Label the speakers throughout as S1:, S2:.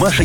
S1: Маша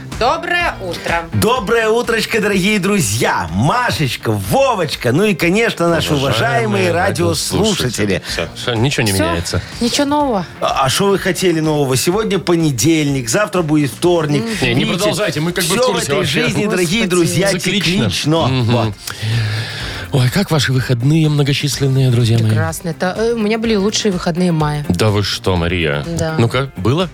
S2: Доброе утро.
S3: Доброе утрочко, дорогие друзья! Машечка, Вовочка, ну и, конечно, наши уважаемые, радиослушатели.
S4: Все, ничего не
S2: Всё?
S4: меняется.
S2: Ничего нового.
S3: А что вы хотели нового? Сегодня понедельник, завтра будет вторник.
S4: Не, не продолжайте, мы как бы в
S3: Все в
S4: курсе
S3: этой
S4: вообще.
S3: жизни, дорогие
S2: Господи.
S3: друзья,
S4: Циклично.
S3: циклично. Вот.
S4: Ой, как ваши выходные многочисленные, друзья мои?
S2: Прекрасно. Это, э, у меня были лучшие выходные мая.
S4: Да вы что, Мария?
S2: Да.
S4: Ну-ка, было?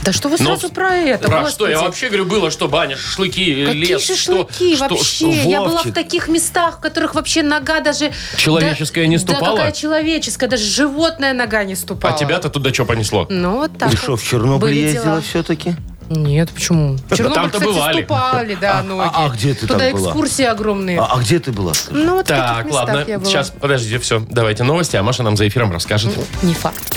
S2: Да что вы
S4: Ну,
S2: сразу про это?
S4: Про
S2: господи?
S4: что? Я вообще говорю, было, что баня, шашлыки,
S2: Какие
S4: лес,
S2: шашлыки
S4: что,
S2: вообще?
S4: что, что?
S2: Я была в
S3: Вовчик.
S2: таких местах, в которых вообще нога даже...
S4: Человеческая
S2: Да-
S4: не
S2: Да
S4: ступала?
S2: какая человеческая, даже животная нога не
S4: А
S2: ступала.
S4: тебя-то туда что понесло?
S2: Ну, вот так.
S3: Ты
S2: вот
S3: что, в Чернобыль
S2: были
S3: ездила
S2: дела.
S3: все-таки?
S2: Нет, почему? В Чернобыль,
S4: Там-то
S2: кстати,
S4: бывали.
S2: ступали, да, ноги.
S3: а где ты
S2: Туда
S3: там была?
S2: экскурсии огромные.
S3: А, а где ты была? скажи?
S2: Ну, вот в таких
S4: Так,
S2: местах
S4: ладно,
S2: я была.
S4: сейчас, подождите, все, давайте новости, а Маша нам за эфиром расскажет.
S2: Не факт.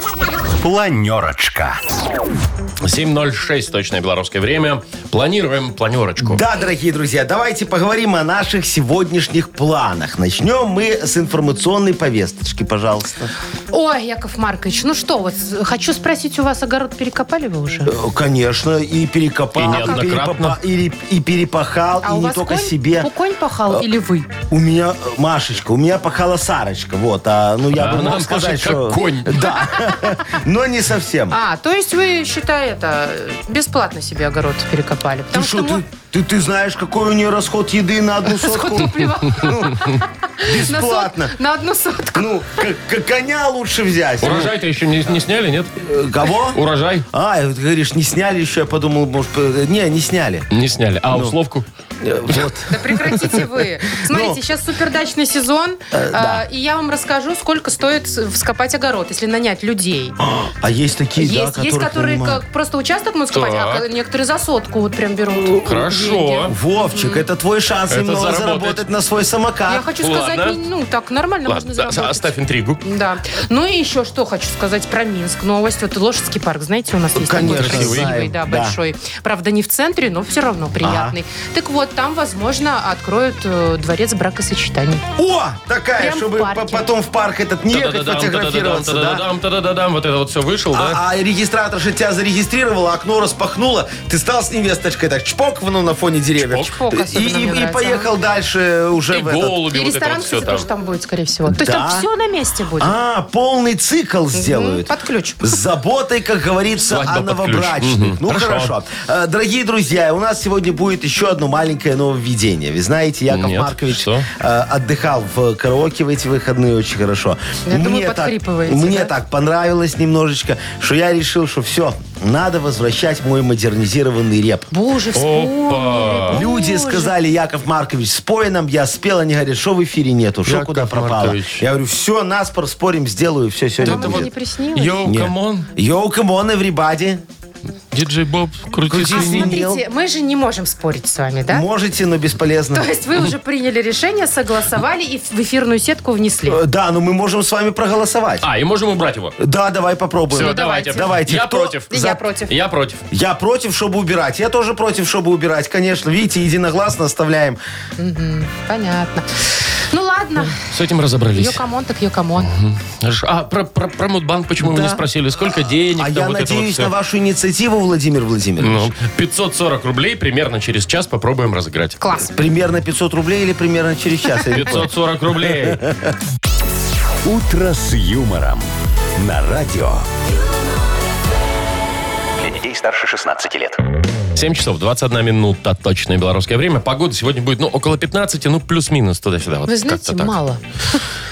S1: Планерочка.
S4: 7.06, точное белорусское время. Планируем планерочку.
S3: Да, дорогие друзья, давайте поговорим о наших сегодняшних планах. Начнем мы с информационной повесточки, пожалуйста.
S2: Ой, Яков Маркович, ну что, вот с- хочу спросить у вас, огород перекопали вы уже?
S3: Э, Конечно, и перекопал,
S4: И неоднократно.
S3: перепопа- и, ре- и перепахал,
S2: А
S3: и
S2: у
S3: не
S2: вас
S3: только
S2: конь,
S3: себе. А.
S2: у конь пахал или вы?
S3: У меня, э, Машечка, у меня пахала Сарочка, вот. А, ну, я
S4: А
S3: бы
S4: она
S3: мог сказать,
S4: пашет, как
S3: что...
S4: конь.
S3: Да, но не совсем.
S2: А, то есть вы, считай, это, бесплатно себе огород перекопали.
S3: Ты
S2: Потому
S3: что,
S2: мой
S3: ты, ты, ты знаешь, какой у нее расход еды на одну
S2: расход
S3: сотку?
S2: топлива на, сот-
S3: Ну, Бесплатно.
S2: на одну сотку.
S3: Ну, к- к- коня лучше взять. Ну,
S4: Урожай-то еще не, не сняли, нет?
S3: Э, Кого?
S4: Урожай
S3: А, э, ты говоришь, не сняли еще, я подумал, может, э, не, не сняли.
S4: не сняли. А
S2: Ну.
S4: условку?
S3: Э, Вот.
S2: Да прекратите вы. Смотрите,
S3: Ну.
S2: сейчас супердачный сезон,
S3: да.
S2: э, и я вам расскажу, сколько стоит с- вскопать огород, если нанять людей.
S3: А есть такие,
S2: есть,
S3: да,
S2: есть, которые
S3: понимают.
S2: как просто участок могут скопать, а
S4: Так.
S2: к- некоторые за сотку вот прям берут.
S4: Хорошо.
S2: деньги.
S3: Вовчик, это твой шанс
S4: Это
S3: немного
S4: заработать.
S3: заработать на свой самокат.
S2: Я хочу
S4: Ладно.
S2: сказать, не- ну так нормально
S4: Ладно,
S2: можно
S4: да,
S2: заработать.
S4: оставь интригу.
S2: Да. Ну и еще что хочу сказать про Минск. Новость. Вот Лошадский парк, знаете, у нас есть
S3: Конечно,
S2: такой красивый,
S3: знаем,
S2: да,
S3: да.
S2: большой. Правда, не в центре, но все равно приятный. Так вот, там, возможно, откроют э, дворец бракосочетаний.
S3: О, такая,
S2: Прям в
S3: чтобы
S2: парке.
S3: по- потом в парк этот не ехать
S4: Та-да-да-дам,
S3: фотографироваться, да?
S4: та-да-да-дам, та-да-да-дам. Вот это вот все вышел, да?
S3: А, а регистратор же тебя зарегистрировала, окно распахнуло, ты стал с невесточкой так чпок ну, на фоне деревьев.
S2: Чпок. Чпок
S3: И-
S2: особенно
S3: и,
S2: мне
S3: и
S2: нравится,
S3: поехал дальше уже
S4: И
S3: в этот...
S4: голуби,
S2: И
S4: вот это
S2: ресторан,
S4: вот все
S2: кстати,
S4: там.
S2: тоже там будет, скорее всего. То есть
S3: Да?
S2: там все на месте будет.
S3: А, полный цикл
S2: М,
S3: сделают.
S2: Под ключ.
S3: С заботой, как говорится,
S4: Свадьба
S3: о
S4: под ключ.
S3: новобрачных.
S4: Мгм.
S3: Ну,
S4: Хорошо.
S3: хорошо. Э, Дорогие друзья, у нас сегодня будет еще одно маленькое нововведение. Вы знаете, Яков
S4: Нет,
S3: Маркович
S4: что?
S3: э, отдыхал в караоке в эти выходные очень хорошо.
S2: Я думаю,
S3: так,
S2: подхрипываете,
S3: мне
S2: да?
S3: так понравилось немножечко, что я решил, что все, надо возвращать мой модернизированный реп.
S2: Боже, вспомнили.
S4: А?
S3: Люди
S2: боже.
S3: сказали, Яков Маркович, спой нам, я спел, они говорят, что в эфире нету, что
S4: Яков
S3: куда пропало.
S4: Маркович.
S3: Я говорю, все, нас спорим, сделаю, все сегодня.
S2: Вам это
S3: будет».
S2: не приснилось?
S4: Йоу, камон,
S3: Йоу, камон, everybody.
S4: диджей Боб, крути
S2: А
S4: свиньи.
S2: смотрите, мы же не можем спорить с вами, да?
S3: Можете, но бесполезно.
S2: То есть вы уже приняли решение, согласовали и в эфирную сетку внесли.
S3: Э, Да, но мы можем с вами проголосовать.
S4: А, и можем убрать его.
S3: Да, давай попробуем.
S4: Все,
S2: Ну, давайте.
S4: давайте.
S3: Давайте.
S4: Я
S3: Кто?
S4: против.
S2: И Я
S3: за-
S2: против.
S4: Я против.
S3: Я против, чтобы убирать. Я тоже против, чтобы убирать. Конечно, видите, единогласно оставляем.
S2: Понятно. Ну ладно.
S4: С этим разобрались.
S2: Йокамон так йокамон.
S4: Хорошо. А про, про, про Мудбанк почему вы
S3: Да.
S4: не спросили? Сколько денег?
S3: а
S4: там
S3: я
S4: вот это вот
S3: надеюсь
S4: всё?
S3: на вашу инициативу, Владимир Владимирович.
S4: Ну, 540 рублей примерно через час попробуем разыграть.
S2: Класс.
S3: Примерно 500 рублей или примерно через час? Я не понял.
S4: 540 рублей.
S1: «Утро с юмором» на радио. Для детей старше 16 лет.
S4: 7 часов 21 минута точное белорусское время. Погода сегодня будет, ну, около 15, ну, плюс-минус туда-сюда. Вот
S2: Вы
S4: как-то
S2: знаете,
S4: так.
S2: мало.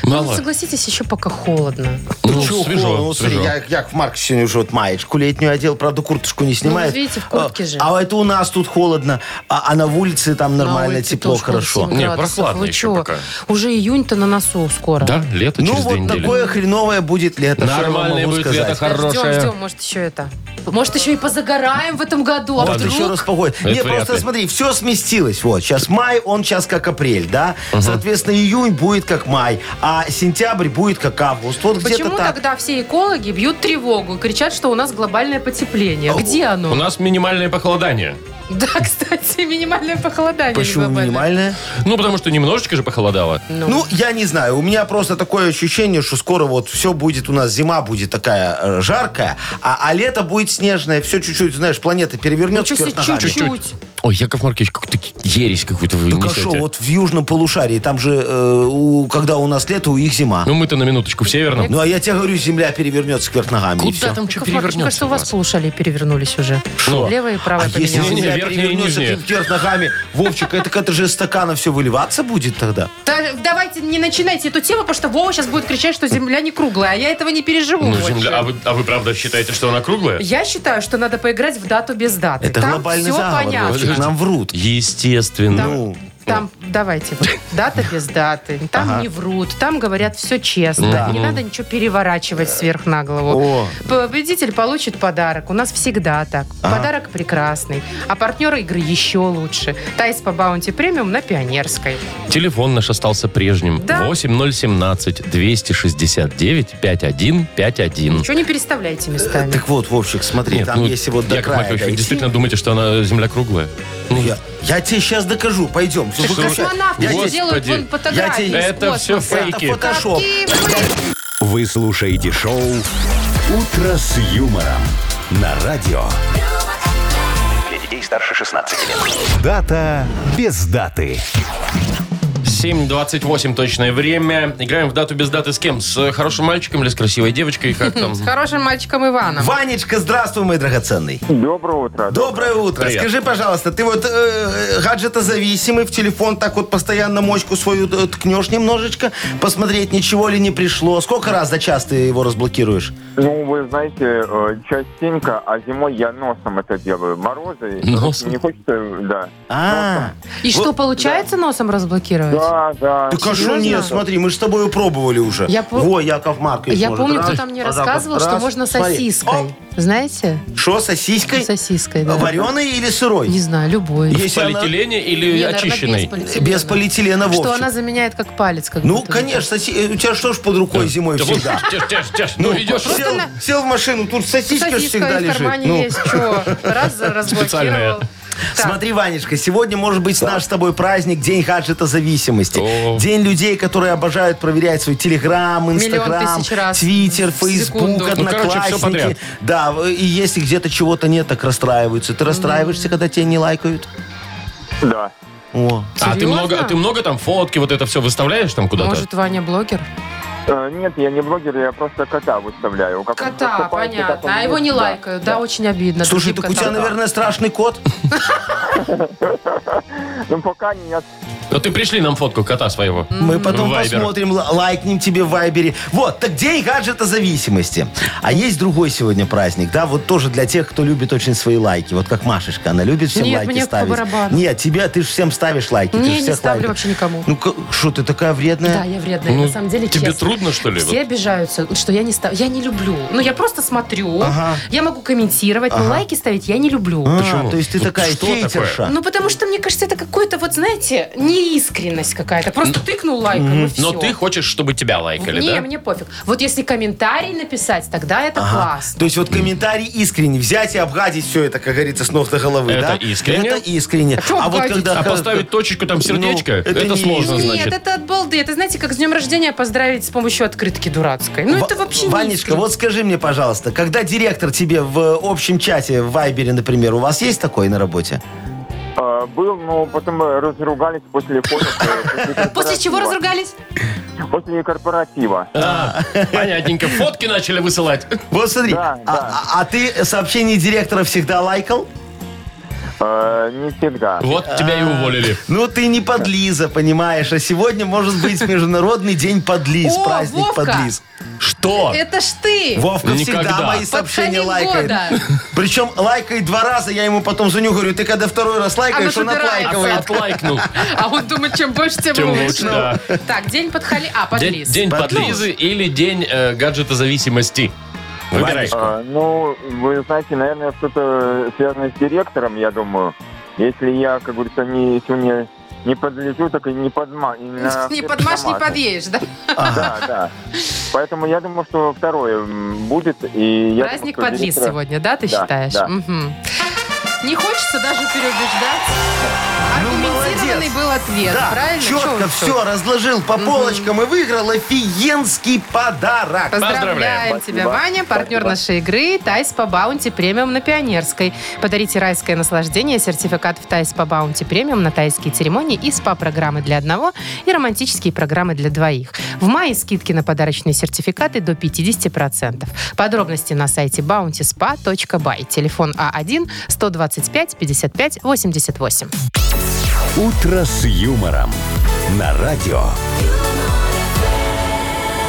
S2: Ну,
S4: Мало?
S2: согласитесь, еще пока холодно.
S4: Ну,
S3: Чего?
S4: свежо,
S3: Ну, смотри,
S4: свежо.
S3: Я, Яков Маркович сегодня уже вот маечку летнюю одел, правда, курточку не снимает.
S2: вот видите, Ну, в куртке
S3: А,
S2: же.
S3: А, это у нас тут холодно, а, а на улице там нормально,
S2: улице
S3: тепло,
S2: тоже
S3: хорошо.
S2: 47
S4: Не,
S2: градусов.
S4: прохладно
S2: Вы
S4: еще
S2: чё?
S4: пока.
S2: Уже июнь-то на носу скоро.
S4: Да, лето
S3: Ну
S4: через
S3: вот
S4: две недели.
S3: такое хреновое будет лето. что я вам
S4: Нормальное
S3: могу
S4: будет
S3: сказать.
S4: лето,
S2: Ждем,
S4: хорошее.
S2: ждем, может, еще это Может, еще и позагораем в этом году, а
S3: Вот
S2: вдруг...
S3: еще раз погода.
S4: Это
S3: Нет,
S4: вряд
S3: просто
S4: ли.
S3: смотри, все сместилось. Вот, сейчас май, он сейчас как апрель, да? Соответственно, июнь будет как май, а сентябрь будет как август. Вот где-то
S2: Почему
S3: так.
S2: тогда все экологи бьют тревогу и кричат, что у нас глобальное потепление? Где
S4: У
S2: оно?
S4: нас минимальное похолодание.
S2: Да, кстати, минимальное похолодание.
S3: Почему
S2: глобальное.
S3: минимальное?
S4: Ну, потому что немножечко же похолодало.
S3: Ну, я не знаю. У меня просто такое ощущение, что скоро вот все будет у нас, зима будет такая э, жаркая, а, а лето будет снежное. Все чуть-чуть, знаешь, планета перевернется.
S2: Ничего себе,
S3: вверх ногами.
S2: Ну, чуть-чуть.
S4: Ой, Яков Маркович, как-то ересь какую-то вы
S3: Так а
S4: несете.
S3: шо, вот в южном полушарии, там же, э, у- когда у нас лето, у их зима.
S4: Ну, мы-то на минуточку в Северном.
S3: Ну, а я тебе говорю, земля перевернется кверх ногами. и
S4: Куда
S3: все.
S4: там что
S2: Яков Маркович, мне
S4: перевернется
S2: кажется, у вас полушарии перевернулись уже.
S4: Что?
S2: Левое и
S3: А
S2: правое
S3: если
S2: поменялось.
S4: Не-не,
S3: земля
S4: верхняя и
S3: перевернется
S4: нижняя.
S3: кверх ногами, Вовчик, это как это же из стакана все выливаться будет тогда.
S2: Да, давайте не начинайте эту тему, потому что Вова сейчас будет кричать, что Земля не круглая, а я этого не переживу.
S4: Ну,
S2: больше.
S4: земля, а вы, а вы правда считаете, что она круглая?
S2: Я считаю, что надо поиграть в дату без даты.
S3: Это
S2: Там
S3: глобальный
S2: все
S3: заговор.
S2: понятно.
S3: Вовчик, Нам врут.
S4: Естественно.
S3: Ну,
S2: Там, давайте, дата без даты. Там не врут, там говорят все честно. Не надо ничего переворачивать сверх на голову.
S3: Ну. О.
S2: Победитель получит подарок. У нас всегда так. Подарок прекрасный. А партнер игры еще лучше. Тайс по баунти премиум на Пионерской.
S4: Телефон наш остался прежним.
S2: Да.
S4: 8017-269-5151.
S2: Ничего не переставляйте местами.
S3: так вот, Вовчик, смотри,
S4: Нет,
S3: там
S4: ну,
S3: если вот до
S4: Яков
S3: края
S4: Маркович, вы
S3: дойти-
S4: действительно думаете, что она земля круглая? Ну,
S3: Я, я тебе сейчас докажу, пойдем. Ну,
S2: Ты что, космонавты
S4: я
S2: же
S4: тебе-
S2: делают вон
S4: Господи,
S2: фотографии
S3: я тебе-
S2: из
S4: Это всё
S2: космоса.
S4: фейки.
S3: Это фотошоп.
S2: Какие мы-
S1: Вы слушаете шоу «Утро с юмором» на радио.
S5: Для детей старше 16 лет.
S1: Дата без даты.
S4: 7.28 точное время. Играем в дату без даты с кем? С хорошим мальчиком или с красивой девочкой? Как там?
S2: С хорошим мальчиком Иваном.
S3: Ванечка, здравствуй, мой драгоценный.
S6: Доброе утро.
S3: Доброе утро.
S4: Привет.
S3: Скажи, пожалуйста, ты вот э, гаджетозависимый, в телефон так вот постоянно мочку свою э, ткнешь немножечко, посмотреть, ничего ли не пришло. Сколько раз за час ты его разблокируешь?
S6: Ну, вы знаете, э, частенько, а зимой я носом это делаю. Морозы.
S4: Носом?
S6: Не хочется, э, да.
S3: А,
S2: И что, получается носом разблокировать?
S6: Да, да.
S3: ты кашу
S2: серьезно?
S3: а нет, смотри, мы же с тобой пробовали уже.
S2: Я по-
S3: Во, Яков Маркович.
S2: Я
S3: может,
S2: помню, кто
S3: раз,
S2: там мне
S3: вот так вот,
S2: рассказывал, что
S3: раз.
S2: можно
S3: Смотри.
S2: сосиской. Знаете?
S3: Оп. Шо, сосиской?
S2: Сосиской, да.
S3: Вареной или сырой?
S2: Не знаю, любой.
S3: Е-
S4: В
S3: если она-
S4: полиэтилене или
S2: Не, наверное,
S4: очищенной?
S2: без полиэтилена.
S3: Без полиэтилена вовсе.
S2: Что она заменяет как палец. Как
S3: Ну,
S2: будто бы.
S3: конечно, соси- э, у тебя что ж под рукой зимой
S4: Да вот,
S3: всегда?
S4: тяж, тяж, тяж. Ну, идешь.
S3: сел, сел в машину, тут сосиска, ж
S2: Сосиска
S3: всегда
S2: и в
S3: лежит.
S2: кармане
S3: Ну.
S2: есть. Что? Раз, разблокировал.
S4: Специальная.
S2: Так.
S3: Смотри, Ванечка, сегодня может быть наш с тобой праздник День гаджета зависимости.
S4: О.
S3: День людей, которые обожают проверять свой Телеграм, Инстаграм,
S2: тысяч раз
S3: Твиттер,
S2: в секунду.
S3: Фейсбук,
S4: Ну, короче, всё подряд.
S3: Одноклассники. Да, и если где-то чего-то нет, так расстраиваются. Ты расстраиваешься, когда тебя не лайкают?
S6: Да.
S3: О.
S4: А ты
S2: Серьезно?
S4: много, ты много там фотки, вот это все выставляешь там куда-то?
S2: Может, Ваня блогер?
S6: Э, Нет, я не блогер, я просто кота выставляю. Как он
S2: Кота,
S6: просыпается, как он
S2: понятно. А его
S6: ест,
S2: не
S6: да.
S2: лайкают. Да, очень обидно. Типа
S3: Слушай,
S2: Таким
S3: так у тебя,
S2: котам.
S3: наверное, страшный кот.
S6: Ну, пока нет.
S4: Ну, ты пришли нам фотку кота своего.
S3: Мы потом
S4: В Viber.
S3: посмотрим, л- лайкнем тебе в Вайбере. Вот, так день гаджета зависимости. А есть другой сегодня праздник, да, вот тоже для тех, кто любит очень свои лайки. Вот как Машечка, она любит всем
S2: Нет,
S3: лайки
S2: мне по
S3: ставить.
S2: барабану.
S3: Нет, тебе, ты же всем ставишь лайки. ты
S2: Не,
S3: ж
S2: не
S3: всех
S2: ставлю
S3: лайкаешь.
S2: вообще никому.
S3: Ну, ка- что ты такая вредная?
S2: Да, я вредная, на самом деле,
S4: Э, ну, тебе
S2: честно.
S4: трудно, что ли,
S2: Все
S4: вот?
S2: обижаются, что я не ставлю. Я не люблю. Ну, я просто смотрю, я могу комментировать, но лайки ставить я не люблю.
S3: А,
S4: Почему?
S3: то есть ты
S4: Ну,
S3: такая
S4: что такое?
S3: хейтерша.
S2: Ну, потому что, мне кажется, это какое-то, вот, знаете, неискренность какая-то. Просто тыкнул лайком, и все.
S4: Ну, Но ты хочешь, чтобы тебя лайкали,
S2: Не,
S4: да?
S2: мне пофиг. Вот если комментарий написать, тогда это классно.
S3: То есть вот комментарий искренне взять и обгадить все это, как говорится, с ног до головы,
S4: Это
S3: да?
S4: искренне?
S3: Это искренне.
S2: А чё
S3: вот
S2: обгадить?
S3: когда
S4: А поставить точечку там сердечко,
S3: Ну,
S4: это,
S3: это не-
S4: сложно,
S2: Нет,
S4: значит.
S2: это от балды. Это, знаете, как с днем рождения поздравить с помощью открытки дурацкой. Ну,
S3: Ва-
S2: это вообще не
S3: Ванечка,
S2: искренне.
S3: вот скажи мне, пожалуйста, когда директор тебе в э, общем чате в Вайбере, например, у вас есть такой на работе?
S6: Э, Был, но потом э, разругались после фото. э,
S2: После чего
S6: корпоратива.
S2: разругались?
S6: После корпоратива.
S4: А, понятненько. Фотки начали высылать.
S3: Вот смотри,
S6: Да,
S3: а,
S6: да.
S3: а- а ты сообщение директора всегда лайкал?
S6: Э, Не всегда.
S4: Вот тебя и уволили.
S3: Ну ты не подлиза, понимаешь? А сегодня может быть Международный день подлиз,
S2: О,
S3: праздник
S2: Вовка!
S3: подлиз.
S4: Что?
S2: Это ж ты!
S3: Вовка
S4: Никогда.
S3: всегда мои
S2: Под
S3: сообщения
S2: конец
S3: лайкает.
S2: года.
S3: Причем лайкает два раза, я ему потом звоню, говорю, ты когда второй раз лайкаешь,
S2: Оно
S3: он
S4: А
S2: забирается.
S3: отлайкивает.
S4: Отлайкнул.
S2: А он думает, чем больше, тем,
S4: Тем лучше,
S2: лучше.
S4: да.
S2: Так, день под хали... А, под
S4: День,
S2: лис.
S4: день
S3: Подлиз.
S4: подлизы или день э, гаджетозависимости. Выбирай.
S6: А, ну, вы знаете, наверное, что-то связано с директором, я думаю. Если я, как говорится, не, если не, не подлечу, так и не подма... и на-
S2: Не подмашь, не
S6: намажу.
S2: подъедешь, да?
S6: Да, да. Поэтому я думаю, что второе м, будет. И я
S2: Праздник
S6: думаю, что
S2: подвис
S6: директора-
S2: сегодня, да, ты
S6: Да,
S2: считаешь?
S6: да.
S2: Мгм. Не хочется даже переубеждать.
S3: Ну,
S2: Аргументированный
S3: молодец.
S2: был ответ,
S3: Да,
S2: правильно? Чё
S3: четко
S2: он
S3: все разложил по полочкам и выиграл офигенский подарок.
S2: Поздравляем,
S4: Поздравляем.
S2: тебя, Ваня, партнер нашей игры Тайс по Баунти Премиум на Пионерской. Подарите райское наслаждение, сертификат в Тайс по Баунти Премиум на тайские церемонии и СПА-программы для одного и романтические программы для двоих. В мае скидки на подарочные сертификаты до 50%. Подробности на сайте bountyspa.by. Телефон А А1-125-55-88.
S1: «Утро с юмором» на радио.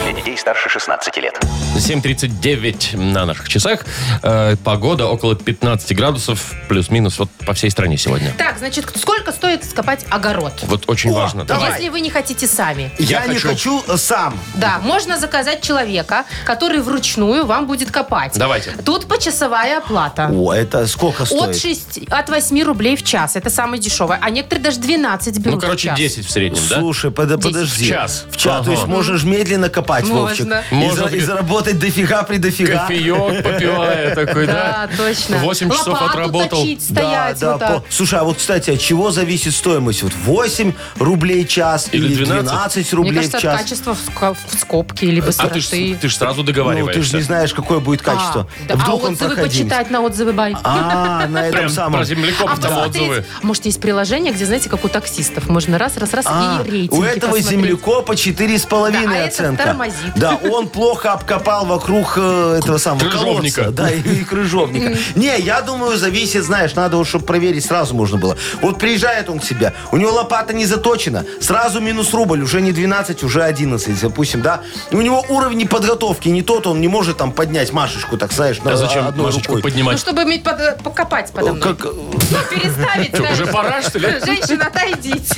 S5: Для детей старше 16 лет.
S4: 7.39 на наших часах. Э, погода около 15 градусов, плюс-минус, вот по всей стране сегодня.
S2: Так, значит, сколько стоит скопать огород?
S4: Вот очень
S3: О,
S4: важно.
S3: давай.
S2: Если вы не хотите сами.
S3: Я,
S4: Я
S3: не
S4: хочу-
S3: хочу э, сам.
S2: Да, можно заказать человека, который вручную вам будет копать.
S4: Давайте.
S2: Тут почасовая оплата.
S3: О, это сколько
S2: От,
S3: стоит?
S2: 6, от 8 рублей в час. Это самое дешевое. А некоторые даже 12 берут
S4: Ну,
S2: в
S4: короче,
S2: час.
S4: 10 в среднем, да?
S3: Слушай, подо-
S2: Десять.
S3: подожди.
S4: В час.
S3: В час,
S4: Ага.
S3: то есть можешь медленно копать,
S2: Можно.
S3: Вовчик. И
S4: Можно.
S3: зар- И, заработать дофига при дофига.
S4: Кофеек попивая такой, да?
S2: Да, точно.
S4: 8 часов
S2: Лопату
S4: отработал.
S2: точить, стоять
S3: да,
S2: вот
S3: да,
S2: так.
S3: по- Слушай, а вот, кстати, от чего зависит стоимость? Вот 8 рублей час
S4: Или
S3: или,
S4: 12?
S3: 12,
S2: Мне
S3: рублей
S2: кажется,
S3: в
S2: от
S3: час?
S2: качества в, ска- в скобке либо
S4: А ты ж,
S2: сыроты.
S4: ты ж сразу
S3: Ну, ты же
S4: договариваешься.
S3: не знаешь, какое будет качество.
S2: А, да, а
S3: Вдруг он
S2: отзывы
S3: проходимец.
S2: почитать на отзывы бай.
S3: А, на этом
S4: Прям
S3: самом.
S4: про земляков
S2: А
S4: там
S2: посмотреть,
S4: отзывы.
S2: может, есть приложение, где, знаете, как у таксистов, можно раз, раз, раз
S3: А,
S2: и рейтинги
S3: у этого
S2: посмотреть.
S3: землекопа
S2: Да, а
S3: 4,5
S2: этот
S3: оценка.
S2: тормозит.
S3: Да, он плохо обкопал вокруг э, этого самого
S4: Крыжовника.
S3: колодца. Да, и, и крыжовника. Не, я думаю, зависит, знаешь, надо вот, чтобы проверить, сразу можно было. Вот приезжает он к себе, у него лопата не заточена, сразу минус рубль, уже не 12, уже 11, допустим, да. И У него уровень подготовки не тот, он не может там поднять Машечку, так знаешь, на-
S4: А зачем
S3: Ну, одной
S4: Машечку
S3: рукой.
S2: Ну,
S4: поднимать?
S2: чтобы иметь под- покопать подо мной.
S3: Как, э,
S2: Ну, переставить,
S4: Что,
S2: да.
S4: уже пора, что ли?
S2: Женщина, отойдите.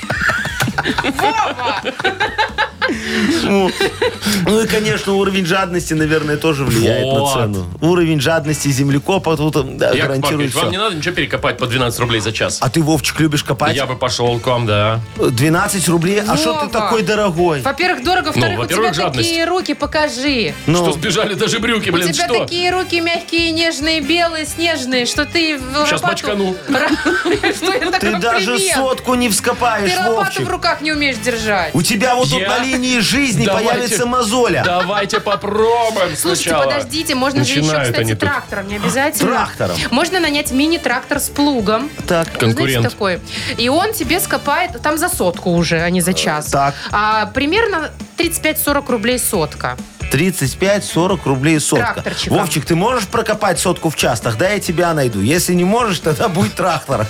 S3: Ну, ну и, конечно, уровень жадности, наверное, тоже влияет
S4: Вот.
S3: на цену. Уровень жадности землекопа тут да,
S4: Яков Маркович,
S3: гарантирует
S4: вам
S3: всё.
S4: не надо ничего перекопать по 12 рублей за час.
S3: А ты, Вовчик, любишь копать?
S4: Я бы пошел к вам, да.
S3: 12 рублей? А что
S2: Вова!
S3: ты такой дорогой?
S2: Во-первых, дорого, во-вторых,
S4: Ну,
S2: у
S4: во-первых,
S2: тебя
S4: жадность.
S2: такие руки, покажи.
S3: Ну,
S4: Что сбежали даже брюки, блин,
S2: у тебя
S4: что?
S2: такие руки мягкие, нежные, белые, снежные, что ты в
S4: Сейчас
S2: лопату-
S4: мочкану.
S2: Что это
S3: ты
S2: такое?
S3: даже
S2: Привет.
S3: сотку не вскопаешь,
S2: Ты лопату
S3: Вовчик.
S2: в руках не умеешь держать.
S3: У тебя вот тут
S4: Я?
S3: на линии жизни
S4: Давайте.
S3: появится мозоля.
S4: Давайте попробуем
S2: Слушайте,
S4: сначала.
S2: подождите, можно же еще,
S4: Начинают
S2: кстати,
S4: они тут.
S2: трактором, не обязательно.
S3: Трактором?
S2: Можно нанять мини-трактор с плугом.
S3: Так,
S4: Конкурент.
S2: Знаете, такой. И он тебе скопает, там за сотку уже, а не за час.
S3: так.
S2: А, примерно 35-40 рублей сотка.
S3: 35-40 рублей сотка.
S2: Тракторчиком.
S3: Вовчик, ты можешь прокопать сотку в час? Тогда я тебя найду. Если не можешь, тогда будет трактор.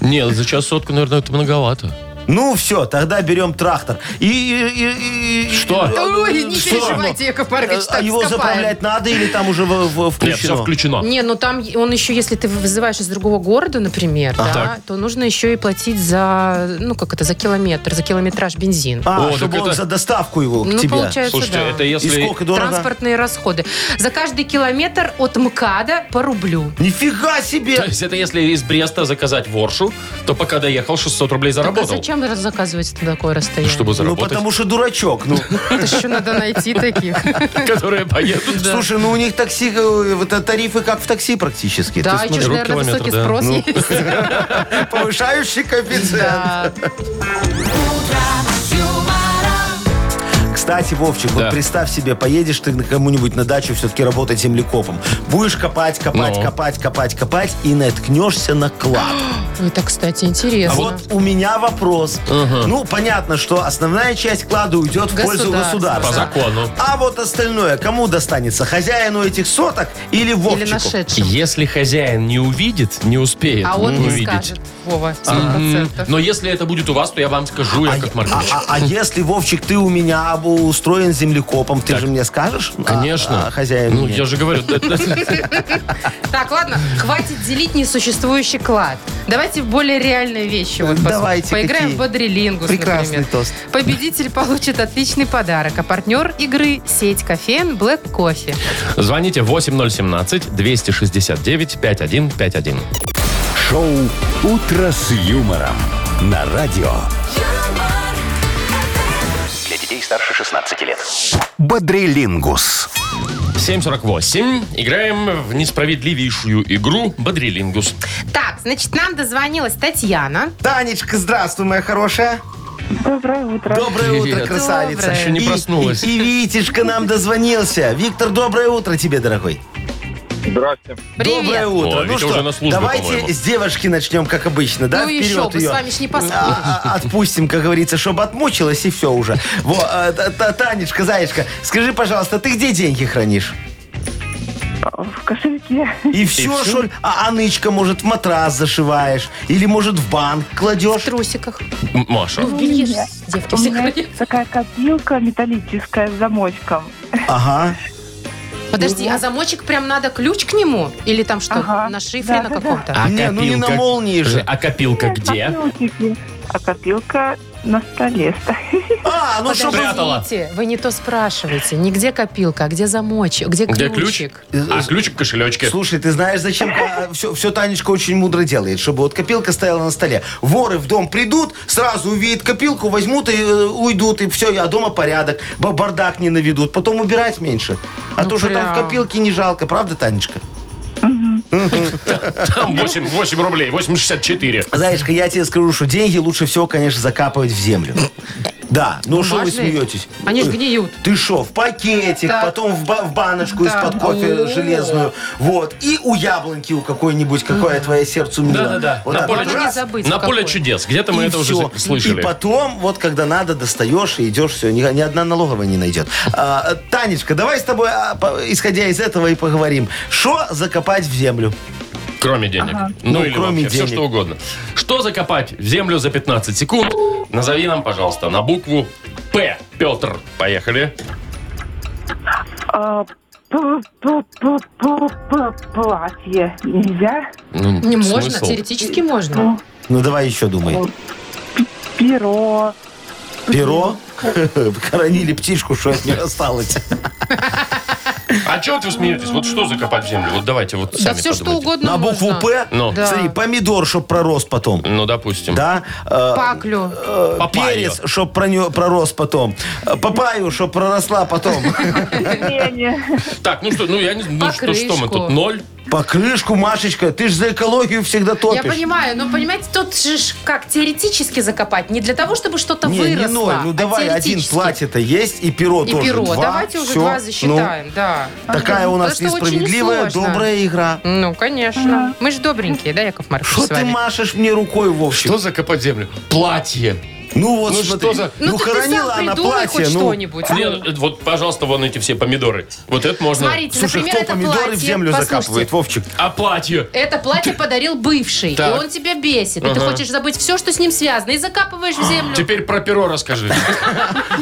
S4: Нет, за час сотку, наверное, это многовато.
S3: Ну все, тогда берем трактор. И, и- и- и-
S4: Что?
S3: и-
S2: Ой, не
S3: Что?
S2: переживайте, Яков Маркович,
S3: А
S2: так
S3: его
S2: скопаем.
S3: заправлять надо или там уже в- в-
S4: Нет, все
S3: включено?
S4: включено.
S2: Не, ну там е- он еще, если ты вызываешь из другого города, например, да,
S4: Так.
S2: то нужно еще и платить за, ну как это, за километр, за километраж бензин.
S3: А,
S4: О,
S3: чтобы
S4: так
S3: он
S4: это-
S3: за доставку его к
S2: ну,
S3: тебе.
S2: получается,
S4: Слушайте,
S2: да.
S4: это
S3: И
S4: если...
S3: сколько дорого?
S2: Транспортные расходы. За каждый километр от МКАДа по рублю.
S3: Нифига
S4: То
S3: себе!
S4: есть это если из Бреста заказать воршу, то пока доехал, 600 рублей
S2: Так а
S4: заработал.
S2: зачем раз- заказывать на такое расстояние?
S4: Чтобы
S3: Ну,
S4: заработать.
S3: потому что дурачок. Ну,
S2: Это еще надо найти таких.
S4: Которые поедут.
S2: Да.
S3: слушай, ну у них такси, э, вот это тарифы как в такси практически.
S2: Да,
S3: Ты
S2: еще, ж,
S4: Друг
S2: наверное,
S4: километр,
S2: высокий
S4: да.
S2: спрос
S3: Ну.
S2: есть.
S3: смотри, повышающий коэффициент.
S2: Да.
S3: Кстати, Вовчик,
S4: Да.
S3: вот представь себе, поедешь ты на кому-нибудь на дачу все-таки работать землекопом. Будешь копать, копать,
S4: Ну.
S3: копать, копать, копать и наткнешься на клад.
S2: Это, кстати,
S3: А
S2: интересно.
S3: вот у меня вопрос. Ну, понятно, что основная часть клада уйдет в пользу
S2: Государству.
S4: По
S3: государства.
S4: закону.
S3: А вот остальное кому достанется? Хозяину этих соток или Вовчику?
S2: Или нашедшим.
S4: Если хозяин не увидит, не успеет
S2: А он
S3: Ну,
S2: не
S4: увидеть.
S2: скажет, Вова,
S4: М,
S2: 100%.
S4: Но если это будет у вас, то я вам скажу,
S3: А,
S4: Яков
S3: а-
S4: Маркович.
S3: а- а если, Вовчик, ты у меня, а у устроен землекопом, ты же мне скажешь? а,
S4: Конечно.
S3: а, хозяин
S4: Ну,
S3: мне?
S4: я же говорю, да, да,
S2: Так, ладно, хватит делить несуществующий клад. Давайте в более реальные вещи. Вот пос-
S3: Давайте,
S2: Поиграем
S3: какие?
S2: в бодрилингус,
S3: Прекрасный
S2: например.
S3: тост.
S2: Победитель получит отличный подарок, а партнер игры – сеть кофеин Black Кофе.
S4: звоните 8017-269-5151.
S1: Шоу «Утро с юмором» на радио.
S7: юмор,
S5: Для детей старше 16 лет.
S1: Бодрилингус.
S4: 748. Играем в несправедливейшую игру «Бодрилингус».
S2: Так, значит, нам дозвонилась Татьяна.
S3: Танечка, здравствуй, моя хорошая.
S8: Доброе утро.
S3: Доброе
S4: Привет.
S3: утро, красавица.
S2: Доброе. Еще
S4: не
S3: И-
S4: проснулась.
S3: И, и Витечка нам дозвонился. Виктор, доброе утро тебе, дорогой.
S6: Здрасте.
S2: Привет.
S3: Доброе утро. Ну
S4: О, Витя уже на службе,
S3: давайте
S4: по-моему.
S3: с девушки начнем, как обычно, да?
S2: Ну еще
S3: Вперед
S2: бы, с
S3: ее.
S2: вами ж не поспоришь.
S3: А, а, Отпустим, как говорится, чтобы отмучилась, и все уже. Во, а, та- та- Танечка, Зайчка, скажи, пожалуйста, ты где деньги хранишь?
S8: В кошельке.
S3: И все, что ли? А Анычка, может, в матрас зашиваешь? Или, может, в банк
S2: В
S3: кладешь?
S2: трусиках.
S4: М, Маша.
S2: В белье же девки
S8: У
S2: все
S8: меня
S2: ходят.
S8: есть такая копилка металлическая с замочком.
S3: Ага.
S2: Подожди, а замочек прям надо ключ к нему? Или там что,
S8: Ага.
S2: на шифре на
S8: Да-да-да.
S2: каком-то?
S4: А
S3: не, ну не на
S4: копилка-
S3: молнии
S4: Подожди,
S3: же.
S4: А копилка где?
S8: Копилки. А копилка на столе стоит.
S3: А, ну чтобы...
S4: прятала?
S2: Подождите, вы не то спрашиваете. Не где копилка, а где замочек, где
S4: Где
S2: ключик?
S4: ключ? А ключик в кошелечке.
S3: Слушай, ты знаешь, зачем все, Танечка очень мудро делает, чтобы вот копилка стояла на столе. Воры в дом придут, сразу увидят копилку, возьмут и э, уйдут, и все, а дома порядок, ба- бардак не наведут, потом убирать меньше. А
S2: Ну
S3: то, что там в
S2: прям.
S3: копилке не жалко, правда, Танечка?
S4: Там 8, 8 рублей, 8,64.
S3: Зайчка, я тебе скажу, что деньги лучше всего, конечно, закапывать в землю. Да, ну что вы
S2: Бумажные?
S3: смеетесь?
S2: Они ж гниют.
S3: Ты что, в пакетик,
S2: Так.
S3: потом в, ба- в баночку
S2: Да.
S3: из-под кофе
S2: О.
S3: железную. Вот. И у яблоньки у какой-нибудь, какое твое сердцу мило.
S4: Да-да-да.
S3: Вот
S4: На
S3: так
S4: поле
S3: вот
S4: чудес.
S3: раз,
S2: забыть,
S4: На
S2: какой.
S4: поле чудес. Где-то мы
S3: и
S4: это уже
S3: всё.
S4: за- слышали.
S3: И потом, вот когда надо, достаешь и идешь, все, ни, ни одна налоговая не найдет. А, Танечка, давай с тобой, а, по- исходя из этого, и поговорим. Что закопать в землю?
S4: Кроме денег. Ну,
S3: Ну,
S4: или
S3: кроме
S4: вообще все
S3: денег.
S4: что угодно. Что закопать в землю за 15 секунд? Назови нам, пожалуйста, на букву П. Петр. Поехали.
S8: А, п- п- п- п- п- Платье нельзя.
S4: Ну,
S2: Не
S4: смысл?
S2: можно, теоретически можно.
S3: Ну, давай еще думай.
S8: Перо.
S3: Перо? Хоронили птичку, что от нее осталось.
S4: А чего вы смеетесь? Вот что закопать в землю? Вот давайте вот
S2: Да
S4: сами
S2: все что
S4: подумайте.
S2: угодно
S3: На букву
S2: можно.
S3: П?
S4: Ну.
S2: Да.
S3: Смотри, помидор, чтоб пророс потом.
S4: Ну, допустим.
S3: Да? Э,
S2: Паклю.
S3: э,
S4: Папайю.
S3: Перец, чтоб про неё- пророс потом. Э, Папаю, чтоб проросла потом.
S8: Пельмени.
S4: Так, ну что, ну я не ну, что, что мы тут,
S2: Покрышку.
S4: ноль?
S3: Покрышку, Машечка, ты же за экологию всегда
S2: Я
S3: топишь.
S2: понимаю, но понимаете, тут же ж как теоретически закопать, не для того, чтобы что-то
S3: Не, не
S2: выросло.
S3: ноль. Ну
S2: а
S3: давай, один
S2: теоретически.
S3: платье-то есть, и перо
S2: И
S3: тоже.
S2: перо.
S3: Два,
S2: Давайте уже
S3: всё.
S2: два
S3: Ну,
S2: засчитаем, да.
S3: такая у нас
S2: Потому что очень
S3: несправедливая,
S2: несложно.
S3: добрая игра.
S2: Ну, конечно. Мы же добренькие, да, Яков Маркович,
S3: Что
S2: с
S3: ты
S2: вами?
S3: машешь мне рукой, Вовчик?
S4: Что закопать в землю? Платье.
S3: Ну вот
S4: Ну,
S3: смотри.
S4: что за-
S2: Ну,
S3: Ну
S2: так ты сам
S3: хоронила она
S2: придумай
S3: платье.
S2: хоть
S3: ну.
S2: что-нибудь.
S4: Не, ну, это вот, пожалуйста, вон эти все помидоры. Вот это можно.
S2: Смотрите,
S3: Слушай,
S2: например,
S3: кто
S2: это
S3: помидоры
S2: платье...
S3: в землю
S2: Послушайте,
S3: закапывает, Вовчик?
S4: А платье?
S2: Это платье подарил бывший,
S4: Так.
S2: и он тебя бесит, и ты
S4: Ага.
S2: хочешь забыть все, что с ним связано, и закапываешь в землю.
S4: Теперь про перо расскажи.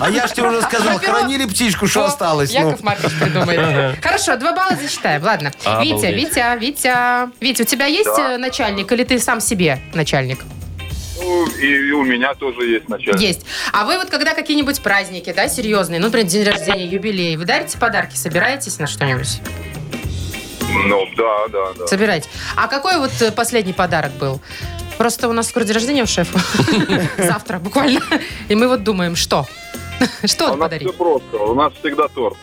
S3: А я ж тебе уже сказал,
S2: Во-первых,
S3: хранили птичку, что
S2: О,
S3: осталось. ну.
S2: Яков Маркович придумает. Хорошо, два балла засчитаем, ладно.
S4: Обалдеть.
S2: Витя, Витя, Витя. Витя, у тебя есть э, начальник, или ты сам себе начальник?
S6: Ну, и, и у меня тоже есть начальник.
S2: Есть. А вы вот когда какие-нибудь праздники, да, серьезные, ну, например, день рождения, юбилей, вы дарите подарки, собираетесь на что-нибудь?
S6: Ну, да, да, да.
S2: Собирайте. А какой вот э, последний подарок был? Просто у нас скоро день рождения у шефа. Завтра буквально. И мы вот думаем, что?
S6: А
S2: Что
S6: у нас все
S2: подарить?
S6: просто. У нас всегда торт.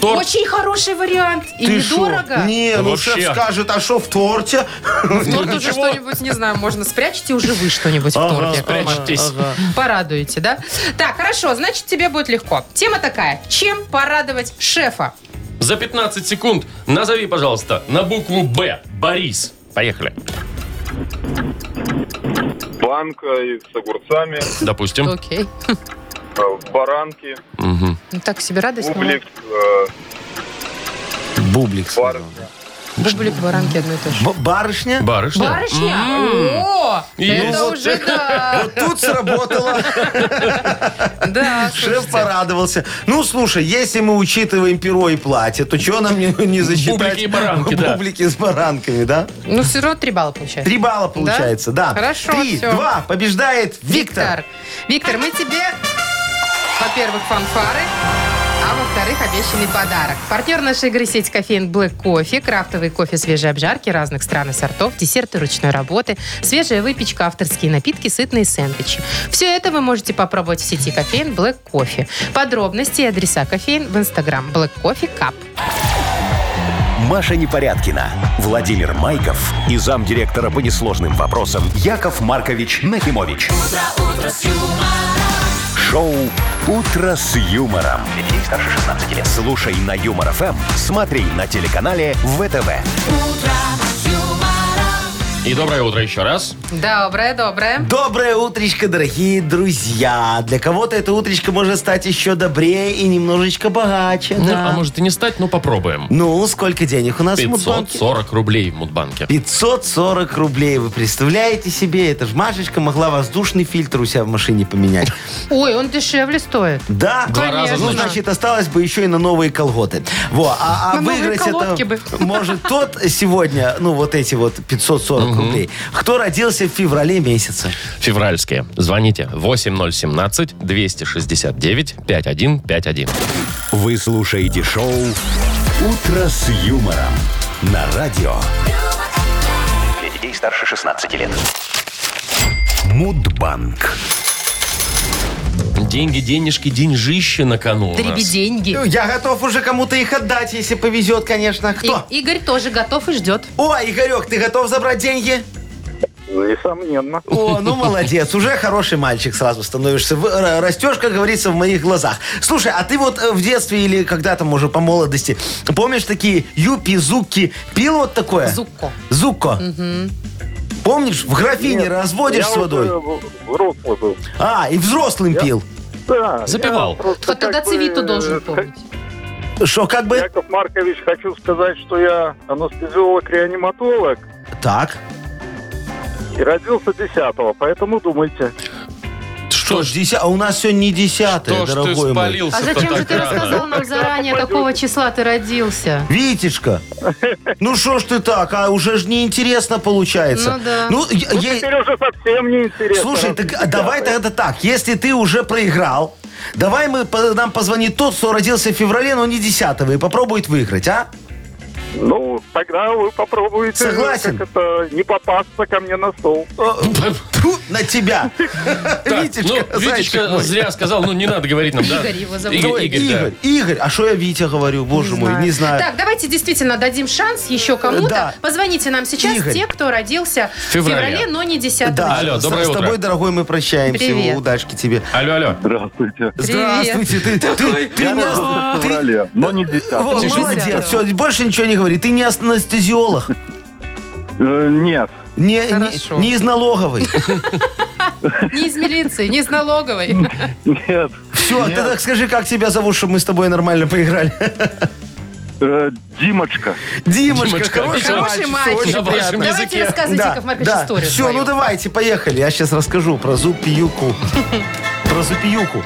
S4: Торт.
S2: Очень хороший вариант. И
S3: Ты шо?
S2: недорого.
S3: Не,
S4: Да
S3: ну
S4: вообще.
S3: шеф скажет, а что в торте?
S2: В торт уже
S4: ничего.
S2: что-нибудь, не знаю, можно спрячете уже вы что-нибудь в
S3: Ага,
S2: торте. Яков Маркович.
S4: Прячьтесь.
S2: Порадуете, да? Так, хорошо, значит, тебе будет легко. Тема такая. Чем порадовать шефа?
S4: За 15 секунд назови, пожалуйста, на букву Б. Борис. Поехали.
S6: Банка э, и с огурцами,
S4: Допустим.
S2: Окей.
S6: э, баранки,
S4: Мгм.
S2: Ну, так себе радость. ну,
S6: бублик, э,
S3: Бублик.
S6: барышня.
S2: Были дворанки одно и то же.
S3: Б- барышня?
S4: Барышня.
S2: Барышня? О,
S4: Есть.
S2: это уже да.
S3: Вот тут сработало.
S2: Да,
S3: Шеф
S2: слушайте.
S3: порадовался. Ну, слушай, если мы учитываем перо и платье, то чего нам не, не засчитать?
S4: Бублики и баранки, да.
S3: Бублики с баранками, да?
S2: Ну, все равно три балла получается.
S3: Три балла получается, да.
S2: Хорошо,
S3: Три,
S2: всё.
S3: два, побеждает Виктор.
S2: Виктор. Виктор, мы тебе, во-первых, фанфары, а во-вторых, обещанный подарок. Партнер нашей игры сеть кофеин Black Кофе, крафтовый кофе свежей обжарки разных стран и сортов, десерты ручной работы, свежая выпечка, авторские напитки, сытные сэндвичи. Все это вы можете попробовать в сети кофеин Black Кофе. Подробности и адреса кофеин в инстаграм Black Coffee Cup.
S1: Маша Непорядкина, Владимир Майков и замдиректора по несложным вопросам Яков Маркович Нахимович. Шоу Утро с юмором. Для детей старше 16 лет. Слушай на юмор ФМ, смотри на телеканале ВТВ.
S4: И доброе утро еще раз.
S2: Доброе, доброе.
S3: Доброе утречко, дорогие друзья. Для кого-то это утречко может стать еще добрее и немножечко богаче.
S4: Ну,
S3: да.
S4: а может и не стать, но попробуем.
S3: Ну, сколько денег у нас в Мудбанке?
S4: 540 рублей в Мудбанке.
S3: 540 рублей, вы представляете себе? Это ж Машечка могла воздушный фильтр у себя в машине поменять.
S2: Ой, он дешевле стоит.
S3: Да?
S4: Два раза,
S3: Ну,
S4: значит.
S3: значит, осталось бы еще и на новые колготы. Во, а, а
S2: На новые
S3: выиграть
S2: колодки
S3: это
S2: бы.
S3: может тот сегодня, ну, вот эти вот 540 рублей, кто родился в феврале месяце.
S4: Февральские. Звоните 8017-269-5151.
S1: Вы слушаете шоу Утро с юмором на радио
S5: Для детей старше 16 лет.
S1: Мудбанк.
S4: Деньги, денежки, деньжище на кону у нас.
S2: Треби деньги.
S3: Ну, Я готов уже кому-то их отдать, если повезет, конечно. Кто?
S2: И- Игорь тоже готов и ждет.
S3: О, Игорек, ты готов забрать деньги?
S6: Ну, Несомненно.
S3: О, ну молодец, уже хороший мальчик сразу становишься. В- р- Растешь, как говорится, в моих глазах. Слушай, а ты вот э, в детстве или когда там уже по молодости, помнишь такие юпи, зукки, пил вот такое?
S2: Зукко.
S3: Зукко. Помнишь, в графине разводишь
S6: Я э,
S3: с водой?
S6: уже Взрослый был.
S3: А, и взрослым пил.
S6: Да.
S4: Запивал.
S6: я просто
S2: Кто тогда
S6: как бы,
S2: цивиту должен
S6: э,
S2: помнить.
S3: Что, как бы...
S6: Яков Маркович, хочу сказать, что я анестезиолог-реаниматолог
S3: Так.
S6: и родился 10-го, поэтому думайте.
S4: Что ж,
S3: Деся- А у нас сегодня не
S4: что
S3: десятое,
S4: ж ты
S3: дорогой мой.
S4: спалился
S2: А зачем же ты рассказал нам заранее, какого числа ты родился?
S3: Витечка, ну что ж ты так, а уже ж неинтересно получается.
S2: Ну да.
S3: Ну, я-
S6: Ну,
S3: я-
S6: теперь уже совсем не интересно.
S3: Слушай,
S6: раз
S3: так, а
S6: 10-го.
S3: давай тогда так, если ты уже проиграл, давай мы, по- нам позвонит тот, кто родился в феврале, но не 10 и попробует выиграть, а?
S6: Ну, тогда вы попробуйте.
S3: Согласен.
S6: Как это, не попасться ко мне на стол.
S3: Тьфу, на тебя. Витечка,
S4: ну,
S3: зайчик
S4: Витечка
S3: мой.
S4: зря сказал, ну не надо говорить нам, да?
S2: Игорь его зовут.
S4: Игорь,
S3: Ой,
S4: Игорь, да.
S3: Игорь, Игорь, а что я Витя говорю, боже мой, не знаю.
S2: Так, давайте действительно дадим шанс еще кому-то.
S3: Да.
S2: Позвоните нам сейчас
S3: Игорь.
S2: те, кто родился в
S4: Феврале.
S2: феврале, но не 10
S3: Да,
S4: Алло,
S3: с,
S4: доброе
S3: с
S4: утро.
S3: тобой, дорогой, мы прощаемся.
S2: Привет.
S3: Удачки тебе.
S4: Алло, алло.
S6: Здравствуйте.
S3: Здравствуйте. Ты, ты, ты не ас- ты-
S6: но не 10
S3: Во,
S2: Ты же
S3: молодец.
S2: десятого.
S3: Все, больше ничего не говори. Ты не анестезиолог.
S6: Э, Нет.
S3: Не,
S2: Хорошо.
S3: не, не из налоговой.
S2: Не из милиции, не из налоговой.
S6: Нет.
S3: Все, ты так скажи, как тебя зовут, чтобы мы с тобой нормально поиграли.
S6: э, Димочка.
S3: Димочка,
S4: Димочка,
S3: хороший
S2: Хороший
S3: мальчик.
S2: мальчик.
S3: всё, очень
S4: На вашем
S3: приятно.
S4: языке.
S2: Давайте рассказывайте, Яков Маркович, историю
S3: Все,
S2: свою.
S3: ну давайте, поехали. Я сейчас расскажу про зуб-пиюку. Про зуб-пиюку.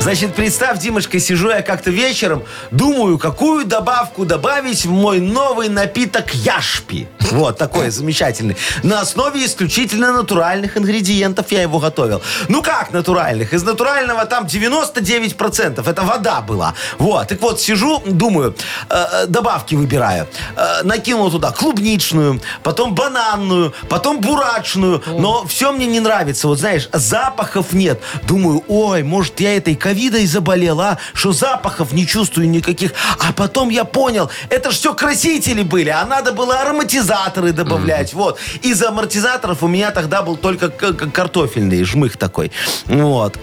S3: Значит, представь, Димочка, сижу я как-то вечером, думаю, какую добавку добавить в мой новый напиток Яшпи. Вот, такой замечательный. На основе исключительно натуральных ингредиентов я его готовил. Ну как натуральных? Из натурального там 99%. Это вода была. Вот, так вот, сижу, думаю, э, э, добавки выбираю. Э, накинул туда клубничную, потом бананную, потом бурачную. Но все мне не нравится. Вот знаешь, запахов нет. Думаю, ой, может, я этой ковидой заболел, а? Что запахов не чувствую никаких. А потом я понял, это ж все красители были, а надо было ароматизаторы добавлять. Вот. Из амортизаторов у меня тогда был только к- к- картофельный жмых такой. Вот.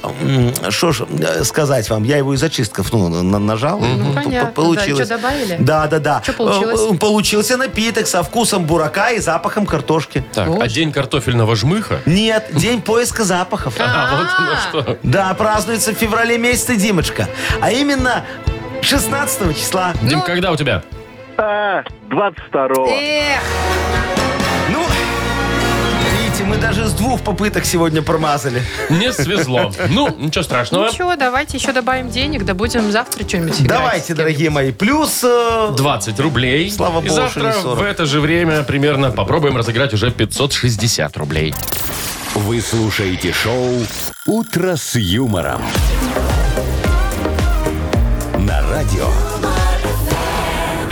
S3: Что ж э, сказать вам, я его из очистков ну, на- на- нажал.
S2: Ну,
S3: П- п-
S2: понятно, да.
S3: Получилось.
S2: Чё добавили?
S3: Да, да, да.
S2: Чё получилось?
S3: Э, э, Получился напиток со вкусом бурака и запахом картошки.
S4: Так, а
S2: Боже.
S4: день картофельного жмыха?
S3: Нет, день поиска запахов.
S4: А, вот оно что.
S3: Да, празднуется в феврале месяца, Димочка. А именно 16 числа.
S4: Дим,
S2: Ну.
S4: когда у тебя?
S6: А,
S3: Э,
S7: 22-го.
S2: Эх,
S3: Ну, видите, мы даже с двух попыток сегодня промазали.
S4: Не свезло. Ну, ничего
S3: э.
S4: страшного.
S2: ничего, давайте еще добавим денег, да будем завтра что-нибудь играть.
S3: Давайте, дорогие мои. Плюс... э,
S4: 20 рублей.
S3: Слава
S4: И
S3: богу, что
S4: завтра
S3: не 40.
S4: в это же время примерно попробуем разыграть уже 560 рублей.
S1: Вы слушаете шоу «Утро с юмором». На радио.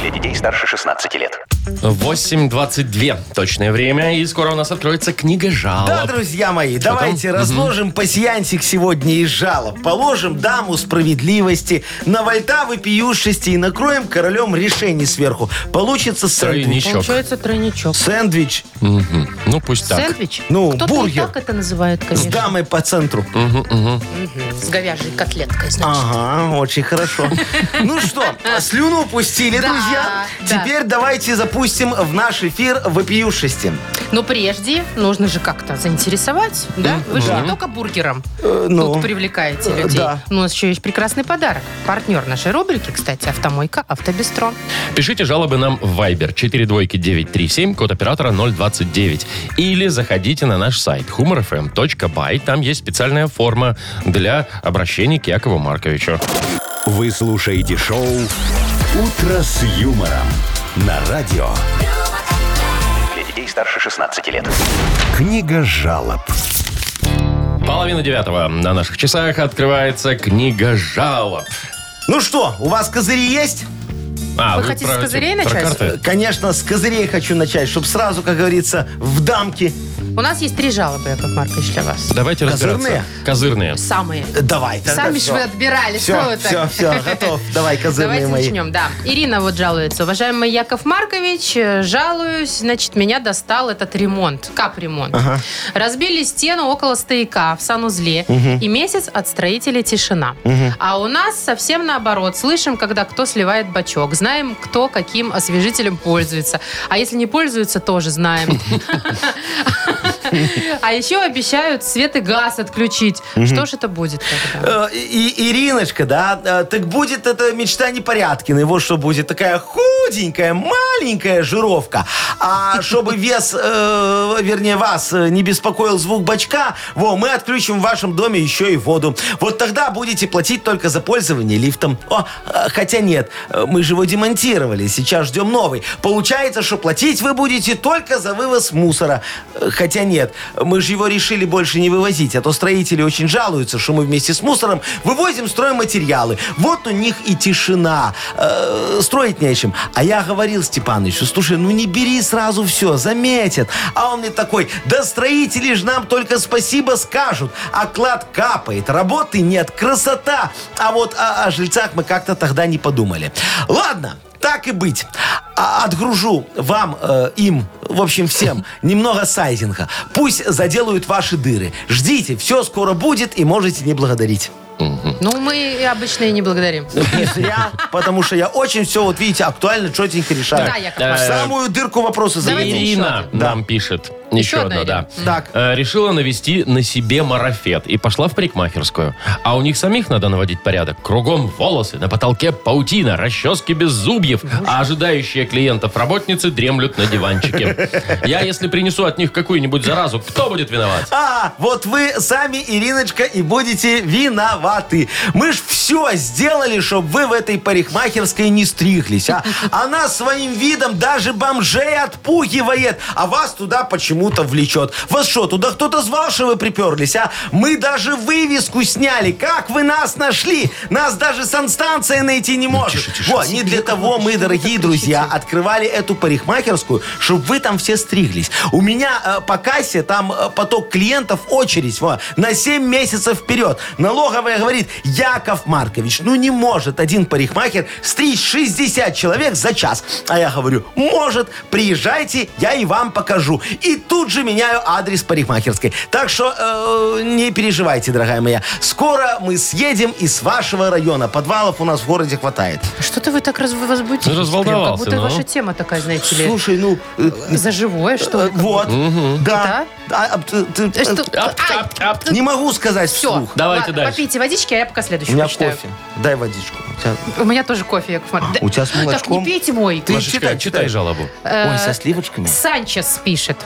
S5: Для детей старше 16 лет.
S4: 8.22 точное время. И скоро у нас откроется книга жалоб.
S3: Да, друзья мои, давайте разложим пасьянчик сегодня из жалоб. Положим даму справедливости на вольта вопиюшести и накроем королем решений сверху. Получится сэндвич.
S4: Тройничок.
S2: Получается тройничок.
S3: Сэндвич
S4: Мгм. Ну, пусть так.
S2: Сэндвич?
S3: Ну,
S2: Кто-то
S3: бургер.
S2: и так это называют,
S3: с
S2: конечно.
S3: дамой по центру.
S2: С говяжьей
S3: А.
S2: котлеткой, значит.
S3: Ага, очень хорошо. Ну что, слюну пустили,
S2: Да,
S3: друзья.
S2: да.
S3: Теперь давайте запустим в наш эфир вопиюшести.
S2: Но прежде нужно же как-то заинтересовать, да? Вы же не только бургером
S3: Э, ну.
S2: тут привлекаете
S3: Э,
S2: людей.
S3: да.
S2: Но у нас еще есть прекрасный подарок. Партнер нашей рубрики, кстати, «Автомойка Автобестро».
S4: Пишите жалобы нам в Viber 42937, код оператора 029. Или заходите на наш сайт humorfm.by. Там есть специальная форма для обращения к Якову Марковичу.
S1: Вы слушаете шоу «Утро с юмором». На радио.
S5: Для детей старше 16 лет.
S1: Книга жалоб.
S4: Половина девятого на наших часах открывается книга жалоб.
S3: Ну что, у вас козыри есть?
S4: А,
S2: Вы хотите с
S4: про-
S2: козырей
S4: про
S2: начать?
S4: карты?
S3: Конечно, с козырей хочу начать, чтобы сразу, как говорится, в дамки.
S2: У нас есть три жалобы, Яков Маркович, для вас.
S4: Давайте разбираться.
S3: Козырные?
S4: Козырные.
S2: Самые.
S3: Давай, тогда
S2: Сами же
S3: всё.
S2: вы отбирали,
S3: Все,
S2: что вы так?
S3: все, все, готов. Давай, козырные
S2: Давайте
S3: мои.
S2: начнем, да. Ирина вот жалуется. Уважаемый Яков Маркович, э, жалуюсь, значит, меня достал этот ремонт, капремонт. Разбили стену около стояка в санузле, и месяц от строителя тишина. А у нас совсем наоборот. Слышим, когда кто сливает бачок, знаем, кто каким освежителем пользуется. А если не пользуется, тоже знаем. А еще обещают свет и газ отключить. Что ж это будет тогда?
S3: Э, И, и- Ириночка, да, э, так будет это мечта Непорядкиной. Вот что будет. Такая худенькая, маленькая жировка. А чтобы вес, э, вернее, вас э, не беспокоил звук бачка, во, мы отключим в вашем доме еще и воду. Вот тогда будете платить только за пользование лифтом. О, э, хотя нет, э, мы же его демонтировали, сейчас ждем новый. Получается, что платить вы будете только за вывоз мусора. Э, Хотя нет, мы же его решили больше не вывозить, а то строители очень жалуются, что мы вместе с мусором вывозим стройматериалы. Вот у них и тишина. Э, строить нечем. А я говорил Степанычу, слушай, ну не бери сразу все, заметят. А он мне такой, да строители же нам только спасибо скажут. Оклад капает, работы нет, красота. А вот о, о жильцах мы как-то тогда не подумали. Ладно, так и быть. А- Отгружу вам, э, им, в общем, всем немного сайзинга. Пусть заделают ваши дыры. Ждите, все скоро будет и можете не благодарить.
S2: Ну, мы и обычно и не благодарим.
S3: Не зря, потому что я очень все, вот видите, актуально, четенько решаю.
S2: Да, Яков
S4: э,
S3: В Самую дырку вопроса
S2: Давайте
S3: зададим.
S2: еще
S4: Ирина
S3: один.
S4: нам пишет. Еще,
S2: одна
S4: одна, да.
S2: Ирина.
S3: Так.
S4: Э, Решила навести на себе марафет и пошла в парикмахерскую. А у них самих надо наводить порядок. Кругом волосы, на потолке паутина, расчески без зубьев, а ожидающие клиентов работницы дремлют на диванчике. Я, если принесу от них какую-нибудь заразу, кто будет виноват?
S3: А, вот вы сами, Ириночка, и будете виноваты. Мы ж все сделали, чтобы вы в этой парикмахерской не стриглись, а? Она своим видом даже бомжей отпугивает, а вас туда почему-то влечет. Вас что, туда кто-то звал, что вы приперлись, а? Мы даже вывеску сняли. Как вы нас нашли? Нас даже санстанция найти не может. Во, не для того мы, дорогие друзья, открывали эту парикмахерскую, чтобы вы там все стриглись. У меня э, по кассе там э, поток клиентов очередь во, на 7 месяцев вперед. Налоговая говорит, Яков Маркович, ну не может один парикмахер стричь 60 человек за час. А я говорю, может, приезжайте, я и вам покажу. И тут же меняю адрес парикмахерской. Так что э, не переживайте, дорогая моя. Скоро мы съедем из вашего района. Подвалов у нас в городе хватает.
S2: Что-то вы так раз- возбудились. прям,
S4: Разволновался,
S2: Как будто
S4: ну.
S2: ваша тема такая, знаете ли,
S3: Слушай, ну, э,
S2: за живое, что
S3: э,
S2: ли, как
S3: вот, да. А, а, ты- ты-
S2: будто. Э, что-
S4: Ап,
S2: Ай,
S4: ап, ап.
S3: Не могу сказать
S2: Все,
S3: вслух.
S4: Давайте
S2: ладно,
S4: дальше.
S2: попейте водички, а я пока
S3: У
S2: следующую
S3: меня
S2: почитаю.
S3: кофе. Дай водичку. У тебя-
S2: У меня тоже кофе, Яков Маркович.
S3: у тебя с
S2: Так не
S3: молочком?
S2: пейте мой.
S3: Ты
S4: Машечка,
S3: читай,
S4: читай
S3: читай.
S4: жалобу.
S3: Ой, со сливочками.
S2: Санчес пишет.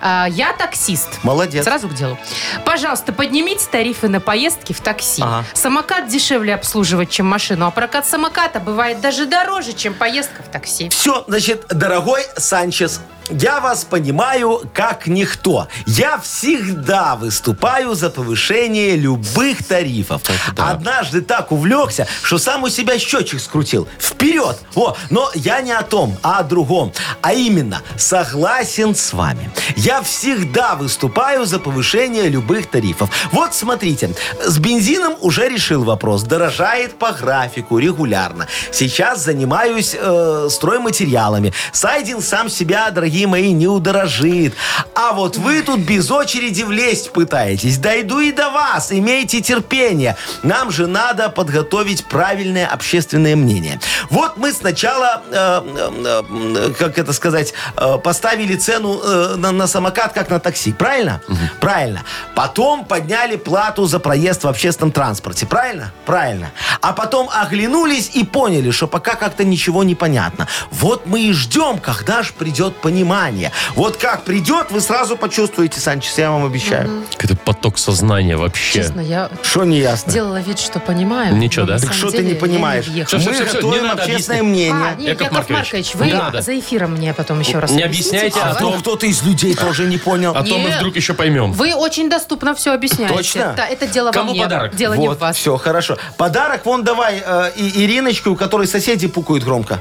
S2: А, Я таксист.
S3: Молодец.
S2: Сразу к делу. Пожалуйста, поднимите тарифы на поездки в такси.
S3: Ага.
S2: Самокат дешевле обслуживать, чем машину, а прокат самоката бывает даже дороже, чем поездка в такси.
S3: Все, значит, дорогой Санчес, я вас понимаю как никто. Я всегда выступаю за повышение любых тарифов. Однажды так увлекся, что сам у себя счетчик скрутил. Вперед! О, но я не о том, а о другом. А именно, согласен с вами. Я всегда выступаю за повышение любых тарифов. Вот смотрите, с бензином уже решил вопрос. Дорожает по графику регулярно. Сейчас занимаюсь э, стройматериалами. Сайдин сам себя, дорогие мои, не удорожит. А вот вы тут без очереди влезть пытаетесь. Дойду и до вас. Имейте терпение. Нам же надо подготовить правильное общественное мнение. Вот мы сначала, э, э, э, как это сказать, э, поставили цену э, на, на самокат, как на такси. Правильно? Правильно. Потом подняли плату за проезд в общественном транспорте. Правильно? Правильно. А потом оглянулись и поняли, что пока как-то ничего не понятно. Вот мы и ждем, когда же придет понимание. Вот как придет, вы сразу почувствуете, Санчес, я вам обещаю.
S4: Какой-то поток сознания вообще.
S2: Честно, я
S3: Что не ясно?
S2: делала вид, что понимаю.
S4: Ничего,
S2: но
S4: да?
S2: на
S4: Так
S2: самом
S3: Что ты
S2: деле
S3: не
S2: я
S3: понимаешь?
S2: въехала.
S4: Всё,
S3: Мы
S4: всё, всё, не
S3: готовим
S4: надо
S3: общественное
S4: объяснить.
S3: мнение.
S2: А, нет,
S4: Яков
S2: Яков,
S4: Маркович,
S2: Маркович,
S4: не
S2: вы
S4: надо.
S2: за эфиром мне потом еще раз
S4: Не
S2: объясните,
S4: объясняйте, а
S3: А
S4: то
S3: вдруг кто-то из людей тоже не понял.
S4: А то мы
S2: Нет.
S4: вдруг еще поймем.
S2: Вы очень доступно все объясняете.
S3: Точно?
S2: Да, это дело
S4: Кому
S2: во мне.
S4: подарок?
S2: Дело не в вас.
S3: все, хорошо. Подарок вон давай э, и Ириночке, у которой соседи пукают громко.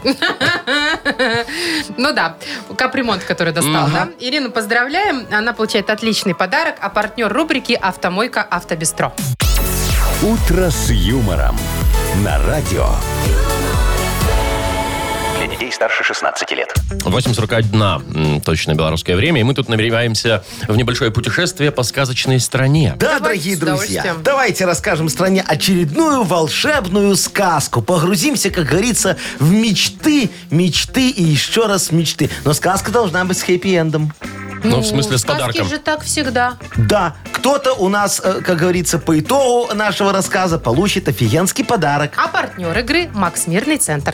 S2: Ну да, капремонт, который достал, да? Ирину поздравляем, она получает отличный подарок, а партнер рубрики «Автомойка Автобестро».
S1: «Утро с юмором» на радио.
S5: Для детей старше 16 лет.
S4: 8.41, м, точно белорусское время, и мы тут намереваемся в небольшое путешествие по сказочной стране.
S2: Давайте,
S3: Да, дорогие
S2: с
S3: друзья,
S2: удовольствием.
S3: давайте расскажем стране очередную волшебную сказку. Погрузимся, как говорится, в мечты, мечты и еще раз мечты. Но сказка должна быть с хэппи-эндом.
S4: Ну, в смысле, с
S2: сказки
S4: подарком.
S2: же так всегда.
S3: Да, кто-то у нас, э, как говорится, по итогу нашего рассказа получит офигенский подарок.
S2: А партнер игры «Макс Мирный Центр».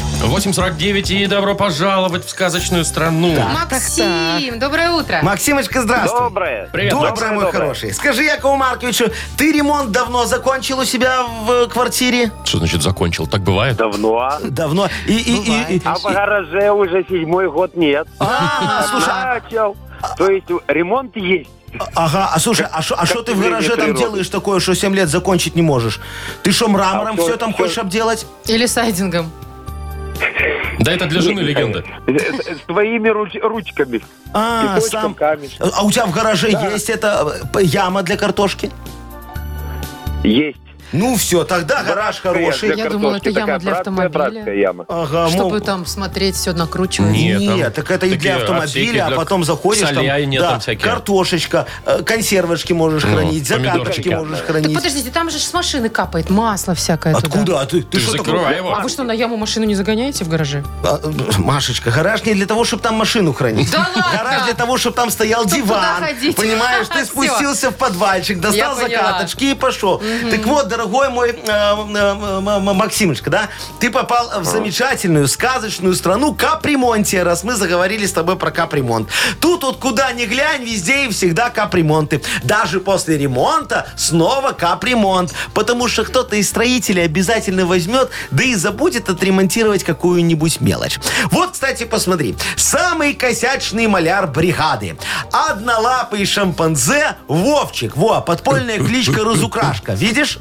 S4: 8.49 и добро пожаловать в сказочную страну.
S2: Максим, доброе утро.
S3: Максимочка, здравствуй.
S7: Доброе.
S4: Привет,
S3: Доброе,
S4: Макс.
S3: мой хороший. Скажи, Якову Марковичу, ты ремонт давно закончил у себя в э, квартире?
S4: Что значит закончил? Так бывает?
S7: Давно.
S3: Давно. И, и- и-
S7: А
S3: и-
S7: в гараже уже седьмой год нет.
S3: А, слушай, а-
S7: Начал. То есть ремонт есть.
S3: ага, а слушай, а что
S7: как
S3: ты в
S7: явление
S3: гараже там
S7: природы.
S3: делаешь такое, что 7 лет закончить не можешь? Ты что, мрамором
S7: А всё-
S3: все там
S7: всё-
S3: хочешь обделать?
S2: Или сайдингом.
S4: Да это для жены легенда.
S7: С с твоими руч- ручками.
S3: А,
S7: Песочком,
S3: сам.
S7: камешком.
S3: А у тебя в гараже есть эта э, п- яма для картошки?
S7: Есть.
S3: Ну все, тогда гараж
S7: Для
S3: хороший.
S2: Я думала,
S7: картошки
S2: это
S7: такая
S2: яма для
S7: братская,
S2: автомобиля.
S7: братская яма.
S3: Ага,
S2: Чтобы
S3: А мог-
S2: там смотреть, все накручивать.
S4: Не. Нет,
S3: Нет,
S4: там
S3: так это и
S4: такие
S3: для
S4: отсеки
S3: автомобиля,
S4: для
S3: а потом заходишь, там,
S4: соляния
S3: да,
S4: там всякие.
S3: картошечка, э, консервочки можешь хранить,
S4: помидорчики.
S3: закаточки можешь
S2: Так
S3: хранить.
S2: подождите, там же ж с машины капает масло всякое туда.
S3: Откуда? А ты, ты
S4: Ты
S3: что
S4: же
S3: такое?
S4: закрывай его.
S2: А вы что, на яму машину не загоняете в гараже?
S3: А, э, Машечка, гараж не для того, чтобы там машину хранить.
S2: Да ладно?
S3: Гараж для того, чтобы там стоял
S2: Чтоб туда
S3: диван.
S2: ходить.
S3: Понимаешь,
S2: Всё.
S3: ты спустился в подвальчик, достал
S2: Я поняла.
S3: закаточки и пошел. Так вот, дорогой мой э, э, м- м- Максимочка, да, ты попал в замечательную сказочную страну капремонтия, раз мы заговорили с тобой про капремонт. Тут вот куда ни глянь, везде и всегда капремонты. Даже после ремонта снова капремонт. Потому что кто-то из строителей обязательно возьмет, да и забудет отремонтировать какую-нибудь мелочь. Вот, кстати, посмотри. Самый косячный маляр бригады. Однолапый шимпанзе Вовчик. Во, подпольная кличка Разукрашка. Видишь?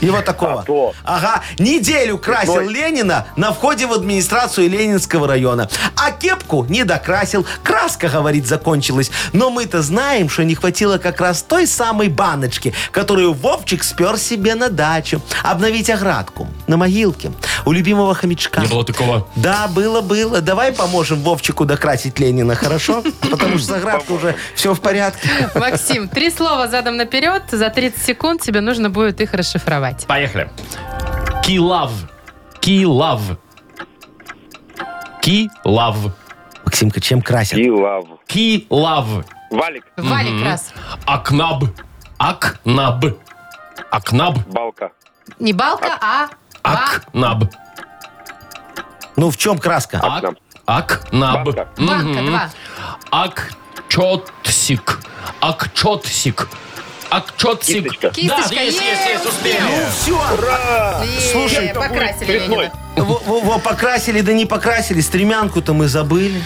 S3: И вот такого.
S7: А то.
S3: Ага. Неделю красил Ленина на входе в администрацию Ленинского района. А кепку не докрасил. Краска, говорит, закончилась. Но мы-то знаем, что не хватило как раз той самой баночки, которую Вовчик спер себе на дачу. Обновить оградку на могилке у любимого хомячка.
S4: Не было такого.
S3: Да, было, было. Давай поможем Вовчику докрасить Ленина, хорошо? Потому что с оградкой уже все в порядке.
S2: Максим, три слова задом наперед. За 30 секунд тебе нужно будет их расшифровать.
S4: Поехали. Килав. Килав. Килав.
S3: Максимка, чем красят?
S7: И лав.
S4: Килав.
S7: Валик,
S2: Валик раз.
S4: Акнаб. Акнаб. Акнаб.
S7: балка.
S2: Не балка, а ба-
S4: Акнаб.
S3: Ну, в чем краска?
S4: Ак. Акнаб.
S7: Банка.
S2: банка два.
S4: Акчотсик. Акчотсик. Акчотсик.
S7: Кисточка.
S4: Да,
S2: Кисточка.
S4: есть, есть, есть,
S2: Е-е-е.
S4: успели.
S3: Все,
S2: Слушай, покрасили Ленина.
S3: Во, во- во, покрасили, да не покрасили. Стремянку-то мы забыли.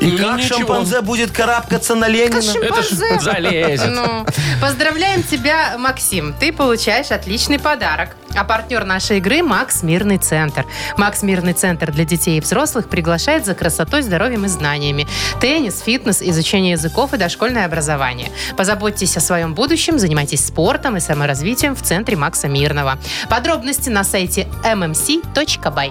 S3: И
S4: Ну,
S3: как
S4: ничего.
S3: шимпанзе будет карабкаться на Ленина?
S4: Это ж залезет.
S2: Ну, поздравляем тебя, Максим. Ты получаешь отличный подарок. А партнер нашей игры – Макс Мирный Центр. Макс Мирный Центр для детей и взрослых приглашает за красотой, здоровьем и знаниями. Теннис, фитнес, изучение языков и дошкольное образование. Позаботьтесь о своем будущем, занимайтесь спортом и саморазвитием в Центре Макса Мирного. Подробности на сайте mmc.by.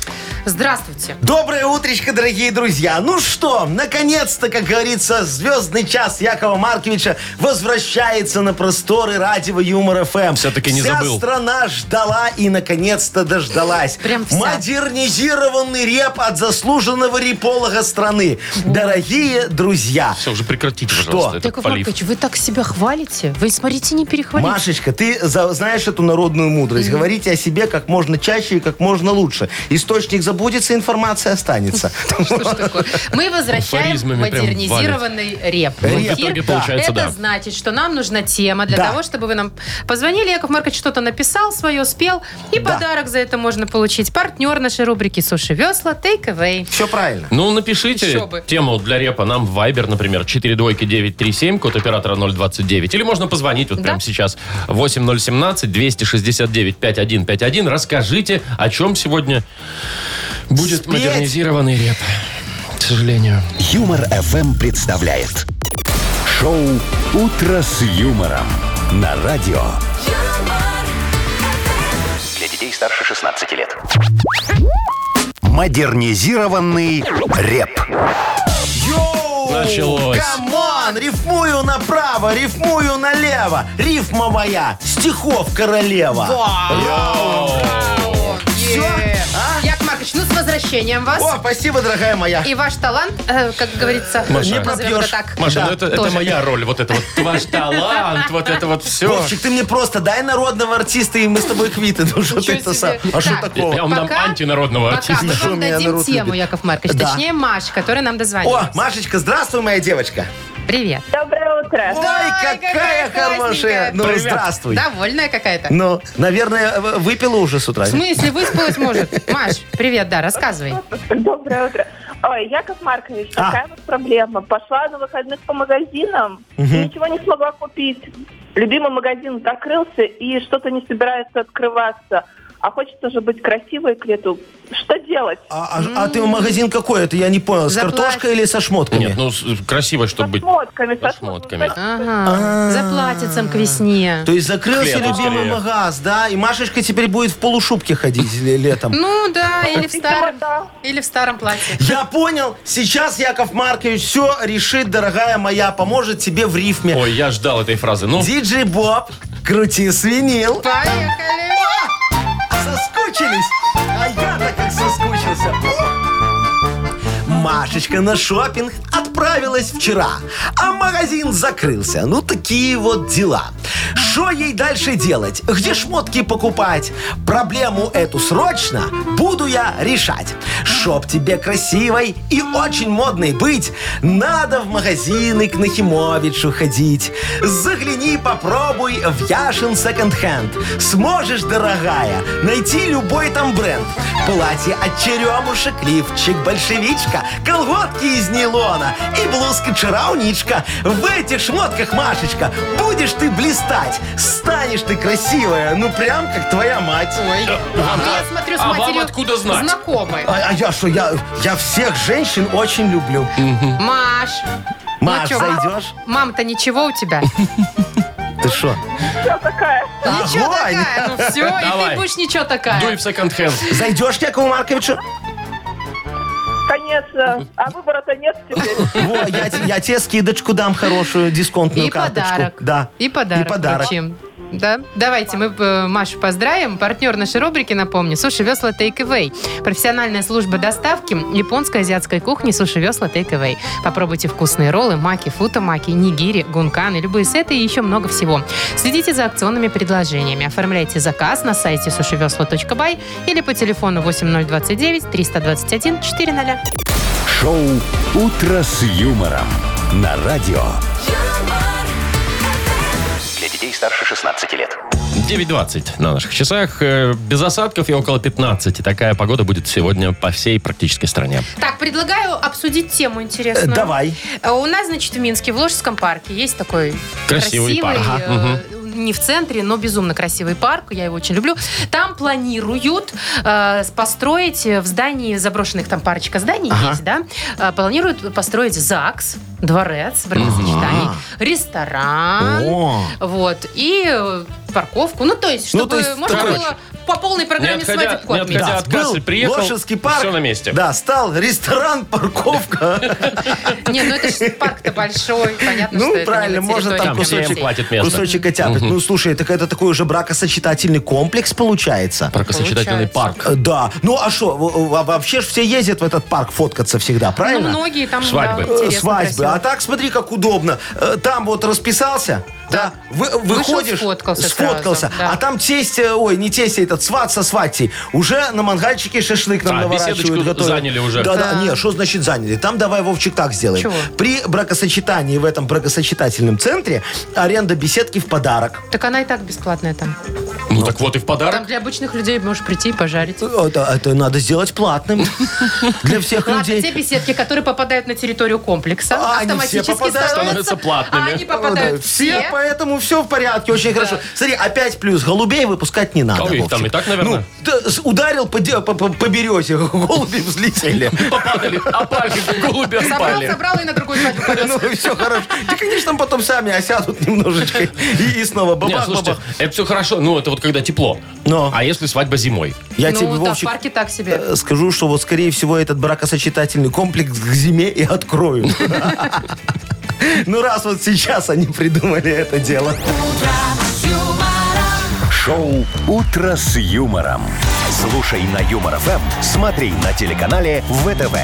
S2: Здравствуйте.
S3: Доброе утречко, дорогие друзья. Ну что, наконец-то, как говорится, звездный час Якова Марковича возвращается на просторы радио Юмор ФМ.
S4: Всё-таки не
S3: вся
S4: забыл.
S3: страна ждала и наконец-то дождалась.
S2: Прям вся.
S3: Модернизированный реп от заслуженного реполога страны. Дорогие друзья,
S4: Все, уже прекратите, пожалуйста, этот
S2: Яков
S4: полив.
S2: Маркович, вы так себя хвалите. Вы, смотрите, не перехвалите.
S3: Машечка, ты за- знаешь эту народную мудрость. Говорите о себе как можно чаще и как можно лучше. Источник забудется, информация останется.
S2: Что ж такое? Мы возвращаем
S4: Афоризмами прям
S2: модернизированный реп. в
S4: Ну, в
S2: эфир.
S4: итоге получается,
S2: Это
S4: да.
S2: значит, что нам нужна тема для
S3: Да.
S2: того, чтобы вы нам позвонили. Яков Маркович что-то написал свое, спел. И
S3: Да.
S2: подарок за это можно получить. Партнер нашей рубрики «Суши весла» Take Away.
S3: Все правильно.
S4: Ну, напишите
S2: Еще бы.
S4: тему для репа нам в Viber, например, 42937, код оператора 029. Или можно позвонить вот
S2: Да.
S4: прямо сейчас. 8017-269-5151. Расскажите, о чем сегодня будет
S3: Спеть.
S4: модернизированный реп. К сожалению.
S1: Юмор ФМ представляет. Шоу «Утро с юмором» на радио.
S5: Для детей старше 16 лет.
S1: Модернизированный реп.
S3: Йоу!
S4: Началось.
S3: Камон! Рифмую направо, рифмую налево. Рифма моя, стихов королева.
S2: Все?
S3: А?
S2: Яков Маркович, ну с возвращением вас.
S3: О, спасибо, дорогая моя.
S2: И ваш талант, э, как говорится,
S4: Маша. Не
S2: назовем это
S3: пропьешь.
S2: так.
S4: Маша,
S3: Да,
S4: ну это, это
S2: тоже.
S4: моя роль, вот это вот ваш талант, вот это вот все.
S3: Вовчик, ты мне просто дай народного артиста, и мы с тобой квиты. Ну что ты
S2: Ничего
S3: это сам?
S2: себе.
S3: А что
S2: Так.
S3: такого?
S4: Он нам
S2: Пока-
S4: антинародного
S2: Пока
S4: артиста.
S2: мы
S3: Что
S2: вам
S3: меня
S2: дадим
S3: народ
S2: тему,
S3: любит?
S2: Яков Маркович.
S3: Да.
S2: Точнее, Маша, которая нам
S3: О,
S2: дозвонилась.
S3: Машечка, здравствуй, моя девочка.
S2: Привет.
S8: Доброе утро.
S3: Ой,
S2: какая
S3: какая
S2: классненькая.
S3: хорошая. Ну, здравствуй.
S2: Довольная какая-то.
S3: Ну, наверное, в- выпила уже с утра.
S2: В смысле, выспалась, может? Маш, привет, да, рассказывай.
S8: Доброе утро. Ой, Яков Маркович,
S3: А.
S8: такая вот проблема. Пошла на выходных по магазинам, ничего не смогла купить. Любимый магазин закрылся и что-то не собирается открываться. А хочется же быть красивой к лету. Что делать?
S3: А, а- а ты в магазин какой? Это я не понял. С
S2: Заплачь.
S3: картошкой или со шмотками?
S4: Нет, ну с- красиво, чтобы быть.
S8: С шмотками,
S4: Со
S8: со
S4: шмотками.
S9: А?
S8: шмотками.
S2: Ага.
S4: А.
S2: Заплатится к весне.
S3: То есть закрылся
S4: Хлебом
S3: любимый
S4: скорее.
S3: магаз, да? И Машечка теперь будет в полушубке ходить ле- летом.
S2: Ну да, или в старом,
S8: Типа, да.
S2: или в старом платье.
S3: Я понял, сейчас Яков Маркович все решит, дорогая моя, поможет тебе в рифме.
S4: Ой, я ждал этой фразы. Ну,
S3: Диджей Боб, крути свинил.
S2: Поехали!
S3: Соскучились? А я-то как соскучился. Машечка на шопинг отправилась. отправилась вчера, а магазин закрылся. Ну, такие вот дела. Что ей дальше делать? Где шмотки покупать? Проблему эту срочно буду я решать. Чтоб тебе красивой и очень модной быть, надо в магазины к Нахимовичу ходить. Загляни, попробуй в Яшин секонд-хенд. Сможешь, дорогая, найти любой там бренд. Платье от черемушек, лифчик большевичка, колготки из нейлона и блузка чарауничка. В этих шмотках, Машечка, будешь ты блистать. Станешь ты красивая, ну прям как твоя мать.
S2: Ну, я смотрю, с
S4: а вам
S2: матерью
S4: откуда знать?
S2: знакомы.
S3: А, а я что, я, я всех женщин очень люблю.
S2: Маш,
S3: Маш,
S2: чё?
S3: зайдешь?
S2: мам-то ничего у тебя?
S3: Ты что?
S8: Я такая.
S2: Ничего
S3: Огонь!
S2: такая. Ну все, и
S4: Давай.
S2: ты будешь ничего
S4: Дуй
S2: такая.
S4: в секонд-хенд.
S3: Зайдешь к Якову Марковичу?
S8: Конечно. А выбора-то нет теперь.
S3: Во, я, те- я тебе скидочку дам хорошую, дисконтную
S2: И
S3: карточку.
S2: подарок.
S3: Да.
S2: И подарок.
S3: И подарок.
S2: вручим. Да? Давайте мы э, Машу поздравим. Партнер нашей рубрики, напомню, суши весла Take Away. Профессиональная служба доставки японской азиатской кухни суши весла Take Away. Попробуйте вкусные роллы, маки, футамаки, нигири, гунканы, любые сеты и еще много всего. Следите за акционными предложениями. Оформляйте заказ на сайте сушевесла.бай или по телефону 8029 321 400.
S1: Шоу «Утро с юмором» на радио.
S9: юмор,
S5: Для детей старше 16 лет.
S4: 9.20 на наших часах. Э, Без осадков и около 15. Такая погода будет сегодня по всей практически стране.
S2: Так, предлагаю обсудить тему
S3: Э,
S2: интересную.
S3: Давай.
S2: А У нас, значит, в Минске, в Ложском парке есть такой
S4: Красивый
S2: красивый,
S4: парк.
S2: э,
S4: Ага,
S2: не в центре, но безумно красивый парк. Я его очень люблю. Там планируют э, построить в здании, заброшенных там парочка зданий есть, да, э, планируют построить ЗАГС, дворец, бракосочетаний, ресторан,
S3: О.
S2: вот, и э, парковку. Ну, то есть,
S3: Ну,
S2: чтобы
S3: то есть,
S2: можно
S3: короче.
S2: было по полной
S4: Не
S2: программе
S4: отходя,
S2: свадебку
S4: не
S2: отметить.
S4: отходя от кассы,
S3: Был
S4: приехал.
S3: Лошинский парк.
S4: Все на месте.
S3: Да, стал ресторан, парковка.
S2: Не, ну это же парк-то большой, понятно, что
S3: Ну,
S2: это не
S3: правильно,
S2: на
S3: можно
S2: территории
S3: там
S4: где
S3: кусочек,
S2: России.
S4: хватит места.
S3: кусочек оттяпать. Ну, слушай, так это такой уже бракосочетательный комплекс получается.
S4: Паркосочетательный парк.
S3: Э, Да. Ну, а что, вообще ж все ездят в этот парк фоткаться всегда,
S2: Ну,
S3: правильно?
S2: многие там да,
S4: Свадьбы.
S3: Э,
S2: интересно,
S3: свадьбы.
S2: красиво.
S3: А так смотри, как удобно. Э, Там вот расписался, да, вы- выходишь,
S2: сфоткался
S3: сфоткался,
S2: сразу, да.
S3: а там тесть, э, ой, не тесть, а этот сват со сватей уже на мангальчике шашлык нам
S4: А, беседочку
S3: наворачивают, готовят.
S4: заняли уже.
S3: Да, да, не, что значит заняли? Там давай Вовчик так сделаем.
S2: Чего?
S3: При бракосочетании в этом бракосочетательном центре аренда беседки в подарок.
S2: Так она и так бесплатная там.
S4: Ну так вот и в
S2: Там
S4: подарок.
S2: для обычных людей можешь прийти и пожарить.
S3: Э, Это, это надо сделать платным для всех
S2: Ладно, те
S3: людей.
S2: беседки, которые попадают на территорию комплекса,
S3: А, они
S2: автоматически
S3: все попадают.
S4: Становятся платными.
S2: А они попадают
S3: Ну да,
S2: все.
S3: все, поэтому все в порядке, очень хорошо. Смотри, опять плюс, голубей выпускать не надо.
S4: А у них там
S3: Вовчик.
S4: и так, наверное.
S3: Ну, да, с- ударил по, де- по- по- по березе, голуби взлетели.
S4: Попадали, А опали, голуби
S2: Собрал,
S4: опали.
S2: собрал и на другую свадьбу повез.
S3: Ну, все хорошо. Да, конечно, там потом сами осядут немножечко. И, и снова
S4: Не,
S3: бабах,
S4: слушайте,
S3: бабах.
S4: это все хорошо, ну это вот когда тепло.
S3: Но.
S4: А если свадьба зимой?
S3: Я
S2: Ну,
S3: тебе,
S2: да, в
S3: Вовчик,
S2: парке так себе.
S3: э, скажу, что вот, скорее всего, этот бракосочетательный комплекс к зиме и открою. Ну, раз вот сейчас они придумали это дело.
S1: Шоу «Утро с юмором». Слушай на Юмор ФМ, смотри на телеканале ВТВ.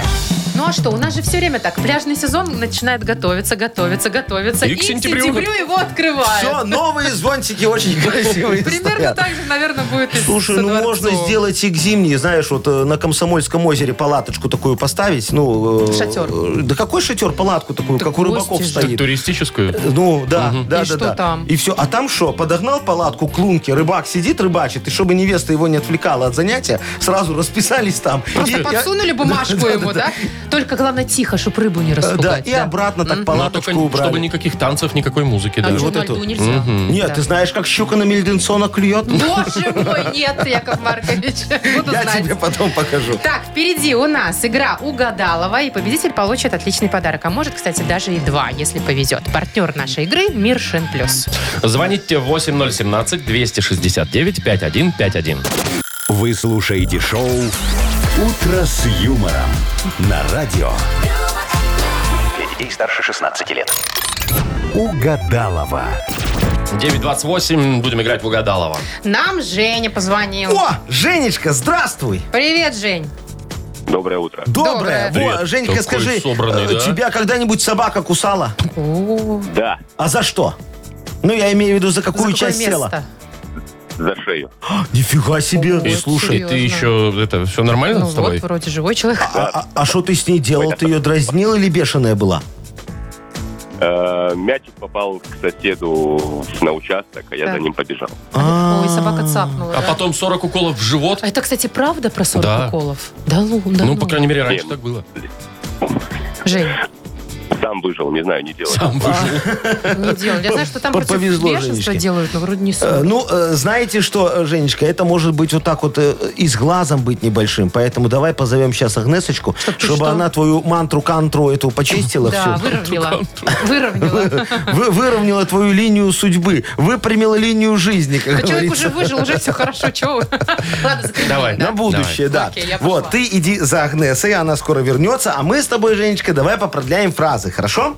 S2: Ну а что, у нас же все время так. Пляжный сезон начинает готовиться, готовиться, готовиться.
S4: И к сентябрю
S2: его открывают.
S3: Все, новые зонтики очень красивые
S2: Примерно
S3: стоят.
S2: так же, наверное, будет и
S3: Слушай,
S2: со
S3: ну
S2: дворцом.
S3: можно сделать и к зимней, знаешь, вот э, на Комсомольском озере палаточку такую поставить, ну... э,
S2: Шатер.
S3: э, Да какой шатер, палатку такую,
S2: Так
S3: как у рыбаков
S2: гости же.
S3: стоит.
S4: Туристическую?
S3: Ну, да, да,
S2: И
S3: да,
S2: что
S3: да.
S2: там?
S3: И все. А там что? Подогнал палатку к лунке, рыбак сидит, рыбачит, и чтобы невеста его не отвлекала от занятия, сразу расписались там.
S2: Просто
S3: И-
S2: подсунули
S3: я-
S2: бумажку
S3: Да, да,
S2: ему, да? Только главное тихо, чтобы рыбу не
S3: э, Да, да,
S2: распугать.
S3: и обратно так
S4: Ну, только
S3: палаточку
S4: чтобы
S3: убрали.
S4: никаких танцев, никакой музыки.
S2: А
S4: даже.
S2: что,
S3: вот
S2: на
S3: эту.
S2: льду нельзя?
S3: Нет, ты знаешь, как щука на Мельдинсона клюет?
S2: Ну, Боже мой, нет, Яков Маркович. Буду
S3: Я
S2: знать.
S3: тебе потом покажу.
S2: Так, впереди у нас игра Угадалова, и победитель получит отличный подарок. А может, кстати, даже и два, если повезет. Партнер нашей игры – Мир Шин Плюс.
S4: Звоните 8017-269-5151.
S1: Вы слушаете шоу «Утро с юмором» на радио.
S5: Для детей старше 16 лет.
S1: Угадалова.
S4: 928. Будем играть в
S2: Ну,
S4: Угадалова.
S2: Нам Женя позвонил.
S3: О, Женечка, здравствуй.
S2: Привет, Жень.
S7: Доброе утро.
S3: Доброе.
S4: Привет.
S3: Во, Женька,
S4: Такой
S3: скажи,
S4: собранный,
S3: э,
S4: да?
S3: тебя когда-нибудь собака кусала?
S2: О,
S7: Да,
S3: А за что? Ну, я имею в виду, за
S2: за
S3: какую
S2: какое
S3: часть
S2: место?
S3: тела?
S7: за шею.
S3: Нифига себе,
S2: Ой,
S3: ну, слушай.
S4: И ты еще, это, все нормально
S2: Ну
S4: с тобой?
S2: вот, вроде живой человек.
S3: А а что ты с ней делал? Ты ее дразнил или бешеная была?
S7: Э, мячик попал к соседу на участок, а я
S2: Так.
S7: за ним побежал.
S3: А.
S2: Ой, собака цапнула.
S4: А
S2: да.
S4: потом 40 уколов в живот?
S2: А Это, кстати, правда про 40
S4: Да.
S2: уколов? Да, ну, да
S4: Ну, по крайней мере, раньше
S7: Нет.
S4: так было.
S2: Жень,
S7: Сам выжил, не знаю, не делал.
S4: Сам выжил.
S2: не делай. Я знаю, что там против
S3: Повезло
S2: бешенства
S3: Женечке.
S2: делают, но вроде не
S3: Э,
S2: 40.
S3: Ну, э, знаете что, э, Женечка, это может быть вот так вот э, и с глазом быть небольшим. Поэтому давай позовем сейчас Агнесочку,
S2: Чтоб ты
S3: чтобы
S2: что?
S3: она твою мантру-кантру эту почистила
S2: Да,
S3: всю.
S2: выровняла. Выровняла.
S3: Вы- выровняла твою линию судьбы, выпрямила линию жизни, как
S2: Да А человек уже
S3: говорится.
S2: выжил, уже все хорошо. Чего вы? Ладно, закрепили,
S4: Давай.
S2: да?
S3: На будущее, да.
S2: Окей, я пошла.
S3: вот, ты иди за Агнесой, она скоро вернется, а мы с тобой, Женечка, давай попродляем фразы, хорошо?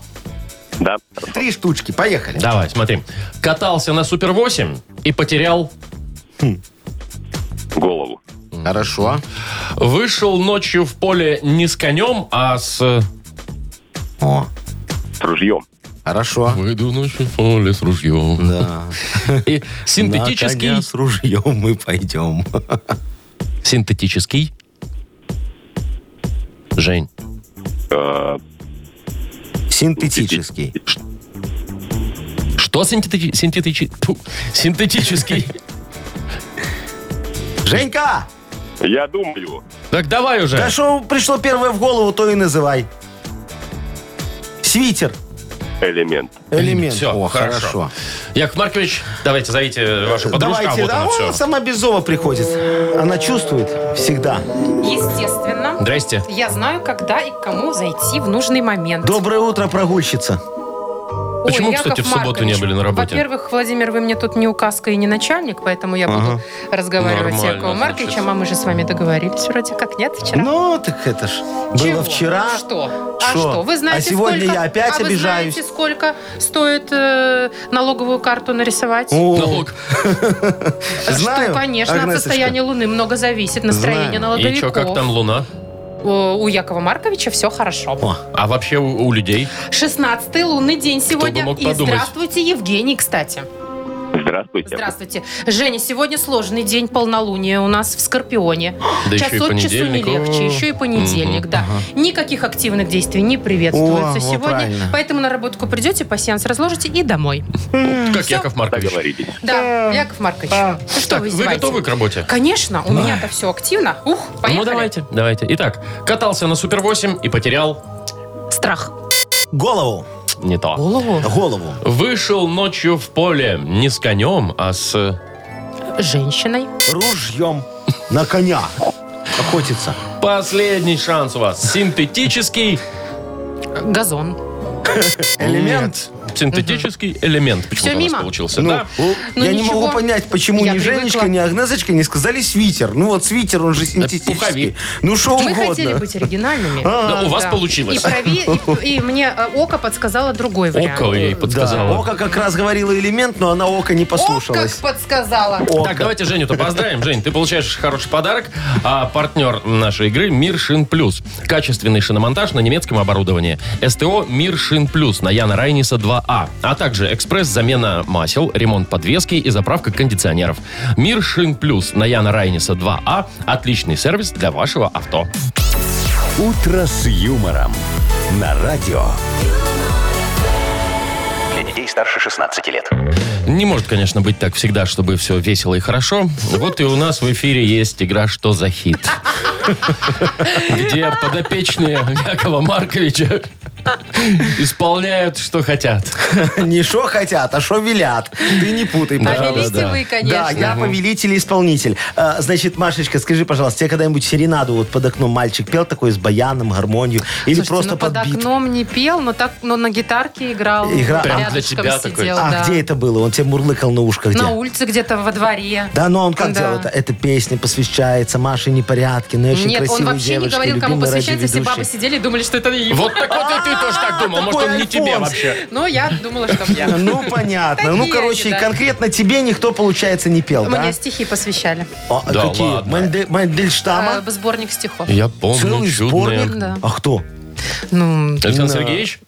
S7: Да.
S3: Три штучки, поехали.
S4: Давай, смотри. Катался на Супер 8 и потерял.
S7: Голову.
S3: Хорошо.
S4: Вышел ночью в поле не с конем, а с...
S3: О,
S7: С ружьем.
S3: хорошо.
S4: Выйду ночью в поле с ружьем.
S3: Да.
S4: И синтетический...
S3: На коня Ну, с ружьем мы пойдем.
S4: Синтетический. Жень.
S7: Э,
S3: Синтетический.
S4: Что синтетический? Синтетический.
S3: Женька!
S7: я думаю.
S4: Так давай уже.
S3: Да что пришло первое в голову, то и называй. Свитер.
S7: Элемент.
S3: Элемент.
S4: Э, Всё,
S3: О,
S4: хорошо.
S3: хорошо.
S4: Яков Маркович, давайте зовите вашу подружку, а
S3: Давайте,
S4: вот
S3: да,
S4: оно
S3: она
S4: все.
S3: сама без зова приходит. Она чувствует всегда.
S2: Естественно.
S4: Здрасте.
S2: Я знаю, когда и к кому зайти в нужный момент.
S3: Доброе утро, прогульщица.
S2: Ой,
S4: Почему,
S2: Яков
S4: кстати, в субботу не
S2: Маркович,
S4: были на работе?
S2: Во-первых, Владимир, вы мне тут не указка и не начальник, поэтому я буду разговаривать с
S4: Нормально,
S2: Яковом Марковичем,
S4: значит.
S2: а мы же с вами договорились вроде как, нет, вчера?
S3: Ну, так это ж
S2: Чего?
S3: было вчера.
S2: Что? А
S3: Что?
S2: что? Вы знаете,
S3: А сегодня
S2: сколько...
S3: я опять
S2: а вы
S3: обижаюсь.
S2: знаете, сколько стоит э, налоговую карту нарисовать?
S3: О,
S4: Налог.
S2: Ну, А
S3: знаю,
S2: что, конечно, от
S3: Агнесочка.
S2: состояния Луны много зависит, настроение
S3: Знаю.
S4: И
S2: налоговиков.
S4: что, как там луна?
S2: О, У Якова Марковича все хорошо.
S4: А вообще у, у людей?
S2: 16-й лунный день сегодня.
S4: бы мог
S2: И
S4: подумать.
S2: здравствуйте, Евгений, кстати.
S7: Здравствуйте.
S2: Здравствуйте. Женя, сегодня сложный день полнолуния у нас в Скорпионе.
S4: Да
S2: Час
S4: еще и
S2: от часу не
S4: понедельник.
S2: легче,
S4: О.
S2: еще и понедельник, да. Никаких активных действий не
S3: О,
S2: приветствуется
S3: о,
S2: сегодня.
S3: правильно.
S2: Поэтому на работку придете, пассианс разложите и домой.
S4: Как Яков Маркович?
S7: Договоритесь.
S3: Э,
S2: Да, Яков Маркович, ну что
S4: Так,
S2: вы
S4: вы
S2: издеваетесь?
S4: готовы к работе?
S2: Конечно, у меня-то все активно. Ух, поехали.
S4: Ну давайте, давайте. Итак, катался на Супер 8 и потерял
S2: Страх.
S3: Голову.
S4: не то.
S2: Голову.
S3: Голову.
S4: Вышел ночью в поле не с конем, а с...
S2: Женщиной.
S3: Ружьем. На коня. Охотится.
S4: Последний шанс у вас. Синтетический
S2: Газон.
S3: Элемент.
S4: Нет. Синтетический элемент.
S2: Всё
S4: Почему-то у вас
S2: мимо.
S4: получился.
S3: Ну,
S4: да.
S3: у-
S2: Ну,
S3: я
S2: ничего.
S3: не могу понять, почему
S2: Я
S3: ни
S2: привыкла.
S3: Женечка, ни Агнесочка не сказали свитер. Ну вот свитер, он же синтетический.
S4: пуховик.
S3: Ну что
S2: Мы
S3: угодно. А,
S2: хотели быть оригинальными.
S4: Да, у вас
S2: А, Да. И,
S4: получилось.
S2: прови- и- и мне э, око подсказало другой вариант.
S4: Око ей
S3: Да,
S4: подсказала.
S3: Ока как раз говорила элемент, но она Ока не послушалась.
S2: О, как подсказала.
S4: Так, давайте Женю-то поздравим. Жень, ты получаешь хороший подарок. А партнер нашей игры «Мир Шин Плюс». Качественный шиномонтаж на немецком оборудовании. СТО «Мир Шин Плюс» на Яна Райниса 2А. А также экспресс-замена масел, ремонт подвески и заправка кондиционеров. «Мир Шин Плюс» на Яна Райниса 2А. Отличный сервис для вашего авто.
S1: «Утро с юмором» на радио.
S5: Для детей старше 16 лет.
S4: Не может, конечно, быть так всегда, чтобы все весело и хорошо. Вот и у нас в эфире есть игра «Что за хит?», где подопечные Якова Марковича исполняют, что хотят.
S3: Не шо хотят, а шо велят. Ты не путай, пожалуйста.
S2: Повелите вы, конечно.
S3: Да, я повелитель и исполнитель. А, Значит, Машечка, скажи, пожалуйста, тебе когда-нибудь серенаду вот под окном мальчик пел такой с баяном, гармонию? Или
S2: Слушайте,
S3: просто
S2: ну, под
S3: бит?
S2: окном не пел, но так, но на гитарке играл.
S3: Игра-
S4: Прям для
S2: рядышком
S4: тебя
S2: сидел,
S4: такой.
S3: А
S2: да.
S3: где это было? Он тебе мурлыкал на ушко где?
S2: На улице где-то во дворе.
S3: Да, но он как
S2: Да.
S3: делал это? Эта песня посвящается Маше Непорядкиной, очень
S2: Нет,
S3: красивой
S2: он вообще не
S3: девочке,
S2: говорил, кому
S3: любимой
S2: посвящается, если
S3: радиоведущей.
S2: бабы сидели и думали, что это его.
S4: Вот так вот и ты тоже так думал. Может, он
S3: такой
S4: не тебе
S3: Альфонс.
S4: вообще.
S2: Ну, я думала, что мне.
S3: Ну, понятно. Ну,
S2: Такие
S3: короче,
S2: они, да.
S3: конкретно тебе никто, получается, не пел, да?
S2: Мне стихи посвящали.
S3: А,
S4: Да
S3: какие?
S4: ладно.
S3: Манде- Мандельштама?
S2: Э, Сборник стихов.
S4: Я помню
S3: Целый
S4: чудное.
S3: сборник?
S2: Да.
S3: А кто?
S2: Ну,
S4: Александр
S3: Да.
S4: Сергеевич?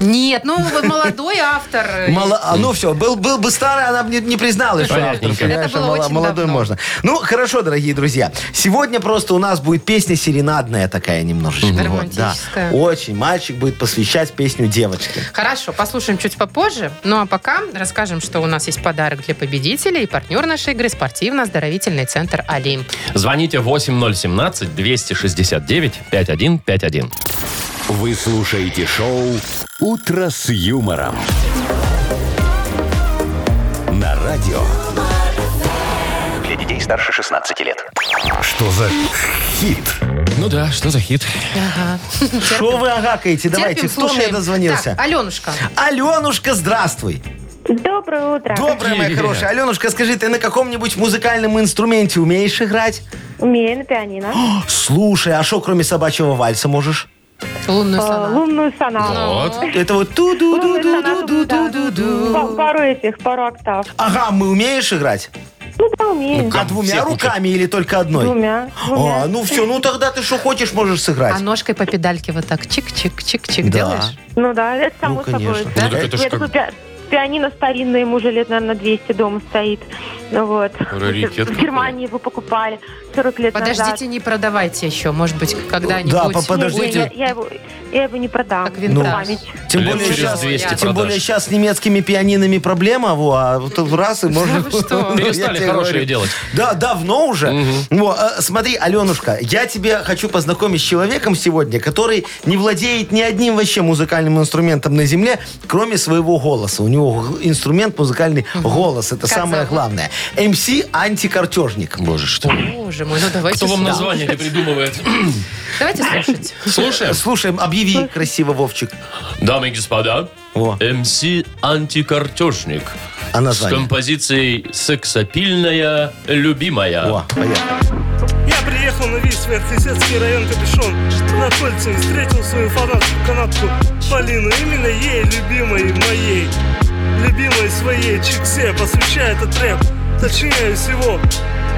S2: нет, ну, вот молодой автор. э,
S3: Мало, а, ну все, был, был бы старый, она бы не, не призналась, что автор,
S4: Понятненько.
S3: понимаешь,
S2: Это было
S3: а мало-
S2: очень
S3: молодой
S2: давно.
S3: можно. Ну, хорошо, дорогие друзья. Сегодня просто у нас будет песня серенадная такая немножечко.
S2: Мгм.
S3: Вот, да.
S2: Романтическая.
S3: Очень. Мальчик будет посвящать песню девочке.
S2: Хорошо, послушаем чуть попозже. Ну а пока расскажем, что у нас есть подарок для победителей и партнер нашей игры спортивно-оздоровительный центр «Олимп».
S4: Звоните 8017-269-5151.
S1: Вы слушаете шоу «Утро с юмором». На радио.
S5: Для детей старше 16 лет.
S1: Что за хит?
S4: Ну да, что за хит?
S3: Что вы агакаете? Давайте,
S2: Терпим,
S3: кто мне
S2: слушаем.
S3: дозвонился?
S2: Так, а- Аленушка.
S3: Аленушка, здравствуй.
S9: Доброе утро.
S3: Добрая моя хорошая. Аленушка, скажи, ты на каком-нибудь музыкальном инструменте умеешь играть?
S9: Умею на пианино.
S3: Слушай, а что кроме собачьего вальса можешь? А,
S2: Лунную
S9: Э,
S2: сонату.
S9: Лунную сонату.
S4: Вот.
S3: Это вот ту ду ду ду ду ду ду
S9: Па- Пару этих, пару октав.
S3: Ага, мы умеешь играть?
S9: Ну да, умею.
S3: А двумя
S4: всех
S3: руками или только одной?
S9: Двумя. двумя.
S3: А, ну все, ну тогда ты что хочешь, можешь
S2: А
S3: сыграть.
S2: ножкой по педальке вот так чик-чик-чик-чик
S3: Да.
S2: делаешь?
S9: Ну да, это само
S3: Ну, конечно.
S9: собой.
S4: Ну, так это
S9: У
S4: ж
S9: меня такое
S4: как
S9: пи- пианино старинное, ему уже лет, наверное, 200 дома стоит. Ну Вот.
S4: Раритет
S9: В Германии его покупали 40 лет назад.
S2: Подождите, не продавайте еще. Может быть, когда-нибудь.
S3: Да, по- подождите. Ну.
S9: Не, не, Я, я его, я его не продам.
S2: Как винтаж.
S9: На память.
S3: Э, Тем
S4: Лет
S3: более,
S4: через
S3: сейчас,
S4: 200
S3: тем
S4: продашь.
S3: более сейчас с немецкими пианинами проблема, во, а вот тут раз и можно...
S2: вы что?
S3: Ну, я
S4: Перестали
S3: тебе
S4: хорошие
S3: говорю.
S4: делать.
S3: Да, давно уже. Во, э, смотри, Аленушка, я тебе хочу познакомить с человеком сегодня, который не владеет ни одним вообще музыкальным инструментом на земле, кроме своего голоса. У него г- инструмент музыкальный голос. Это
S2: Как
S3: самое
S2: зовут?
S3: главное. МС антикартежник.
S4: Боже, что?
S2: Боже мой, ну давайте
S4: Кто вам
S2: слушать.
S4: название не придумывает?
S2: Давайте слушать.
S4: Слушаем.
S3: Слушаем, Э, объяви красиво, Вовчик.
S4: Дамы и господа,
S3: Во.
S4: МС Антикартежник.
S3: А
S4: С
S3: название?
S4: композицией «Сексапильная любимая».
S3: Во, поехали.
S10: Я приехал на весь сверхсоседский район Капюшон На кольце и встретил свою фанатку канатку Полину Именно ей, любимой моей Любимой своей чиксе посвящаю этот рэп Точнее всего,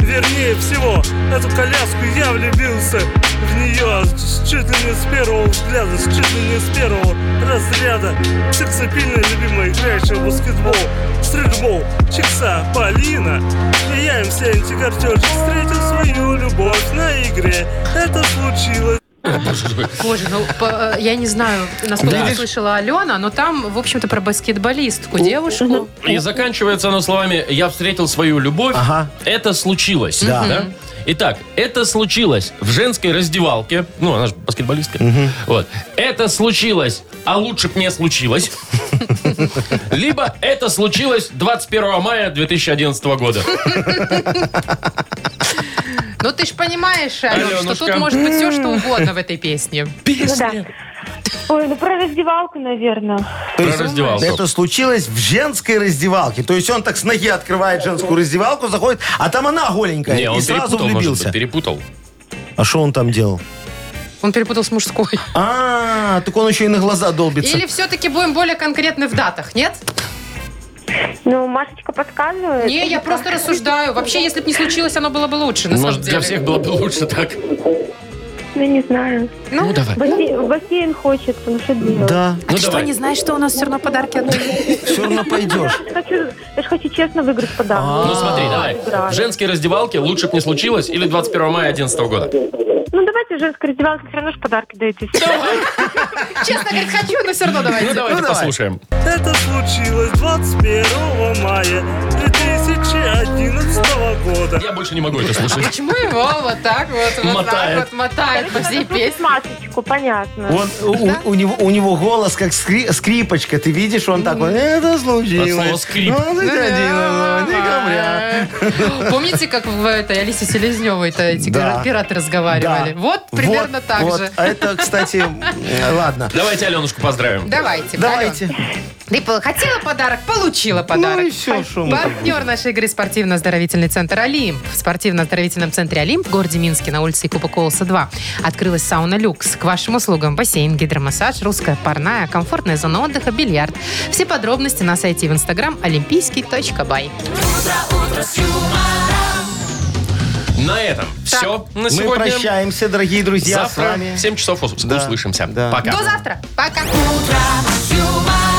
S10: вернее всего Эту коляску я влюбился в нее с- Чуть ли не с первого взгляда, с чуть ли не с первого разряда Сексапильная любимая играющая в баскетбол Стрельбол, чикса, Полина И я им все антикартежи Встретил свою любовь на игре Это случилось
S2: Боже, ну по- э, я не знаю, насколько
S3: Да.
S2: я слышала Алена, но там, в общем-то, про баскетболистку,
S3: ну,
S2: девушку.
S4: И заканчивается оно словами «Я встретил свою любовь».
S3: Ага.
S4: Это случилось.
S3: Да.
S4: Итак, это случилось в женской раздевалке. Ну, она же баскетболистка. Вот. Это случилось, а лучше б не случилось. Либо это случилось 21 мая 2011 года.
S2: Ну ты ж понимаешь, Ален, что
S4: Аленушка.
S2: тут может быть все, что угодно в этой песне.
S9: Ну да. Ой, ну про раздевалку, наверное.
S3: То
S4: Про раздевалку.
S3: Это случилось в женской раздевалке. То есть он так с ноги открывает женскую раздевалку, заходит, а там она голенькая.
S4: Не,
S3: и
S4: он
S3: сразу
S4: перепутал, может
S3: влюбился.
S4: быть, перепутал.
S3: А что он там делал?
S2: Он перепутал с мужской.
S3: А, так он еще и на глаза долбится.
S2: Или все-таки будем более конкретны в датах, нет?
S9: Ну, Машечка подсказывает.
S2: Не, я просто рассуждаю. Вообще, если бы не случилось, оно было бы лучше, на
S4: Может,
S2: самом
S4: для
S2: деле.
S4: всех было бы лучше так.
S9: Ну, не знаю.
S4: Ну, давай.
S9: Бассейн, в бассейн хочется, ну что делать?
S3: Да,
S4: Ну,
S2: А Что, не
S4: давай.
S2: знаешь, что у нас все равно подарки отдают?
S3: все равно пойдешь.
S9: Я хочу, я же хочу честно выиграть подарок.
S3: А,
S4: Ну, смотри, давай. В женской раздевалке лучше б не случилось или 21 мая 2011 года.
S9: Ну, давайте женская раздевалка, все равно же подарки даете.
S2: Честно, говорит, хочу, но все равно
S4: Ну,
S2: давайте.
S4: давайте
S3: давай.
S4: послушаем.
S10: Это случилось 21 мая 2011 года
S4: Я больше не могу это слушать.
S2: Почему его вот так вот, вот так
S4: Мотает.
S2: вот мотает по всей песне?
S9: Машечку, понятно.
S3: Он, у, у него, у него голос как скри- скрипочка, ты видишь, он такой, это
S4: От слова
S3: случилось.
S4: скрип.
S3: Ну, ты один, ну, декабря.
S2: Помните, как в этой Алисе Селезневой то эти
S3: Да.
S2: пираты разговаривали?
S3: Да.
S2: Вот примерно
S3: Вот,
S2: так
S3: вот.
S2: же.
S3: А это, кстати, м, ладно.
S4: Давайте Аленушку поздравим.
S2: Давайте.
S3: Давайте.
S2: Ты по- хотела подарок, получила подарок.
S3: Ну и всё, шо мы
S2: Партнер нашей игры спортивно-оздоровительный центр «Олимп». В спортивно-оздоровительном центре «Олимп» в городе Минске на улице Куба Колоса 2 открылась сауна «Люкс». К вашим услугам бассейн, гидромассаж, русская парная, комфортная зона отдыха, бильярд. Все подробности на сайте и в инстаграм олимпийский.бай.
S4: На этом все на
S3: Мы
S4: сегодня.
S3: прощаемся, дорогие друзья, с
S4: Завтра
S3: вами.
S4: в 7 часов ус-
S3: Да,
S4: услышимся.
S3: да.
S4: Пока.
S2: До завтра. Пока.
S11: юмор.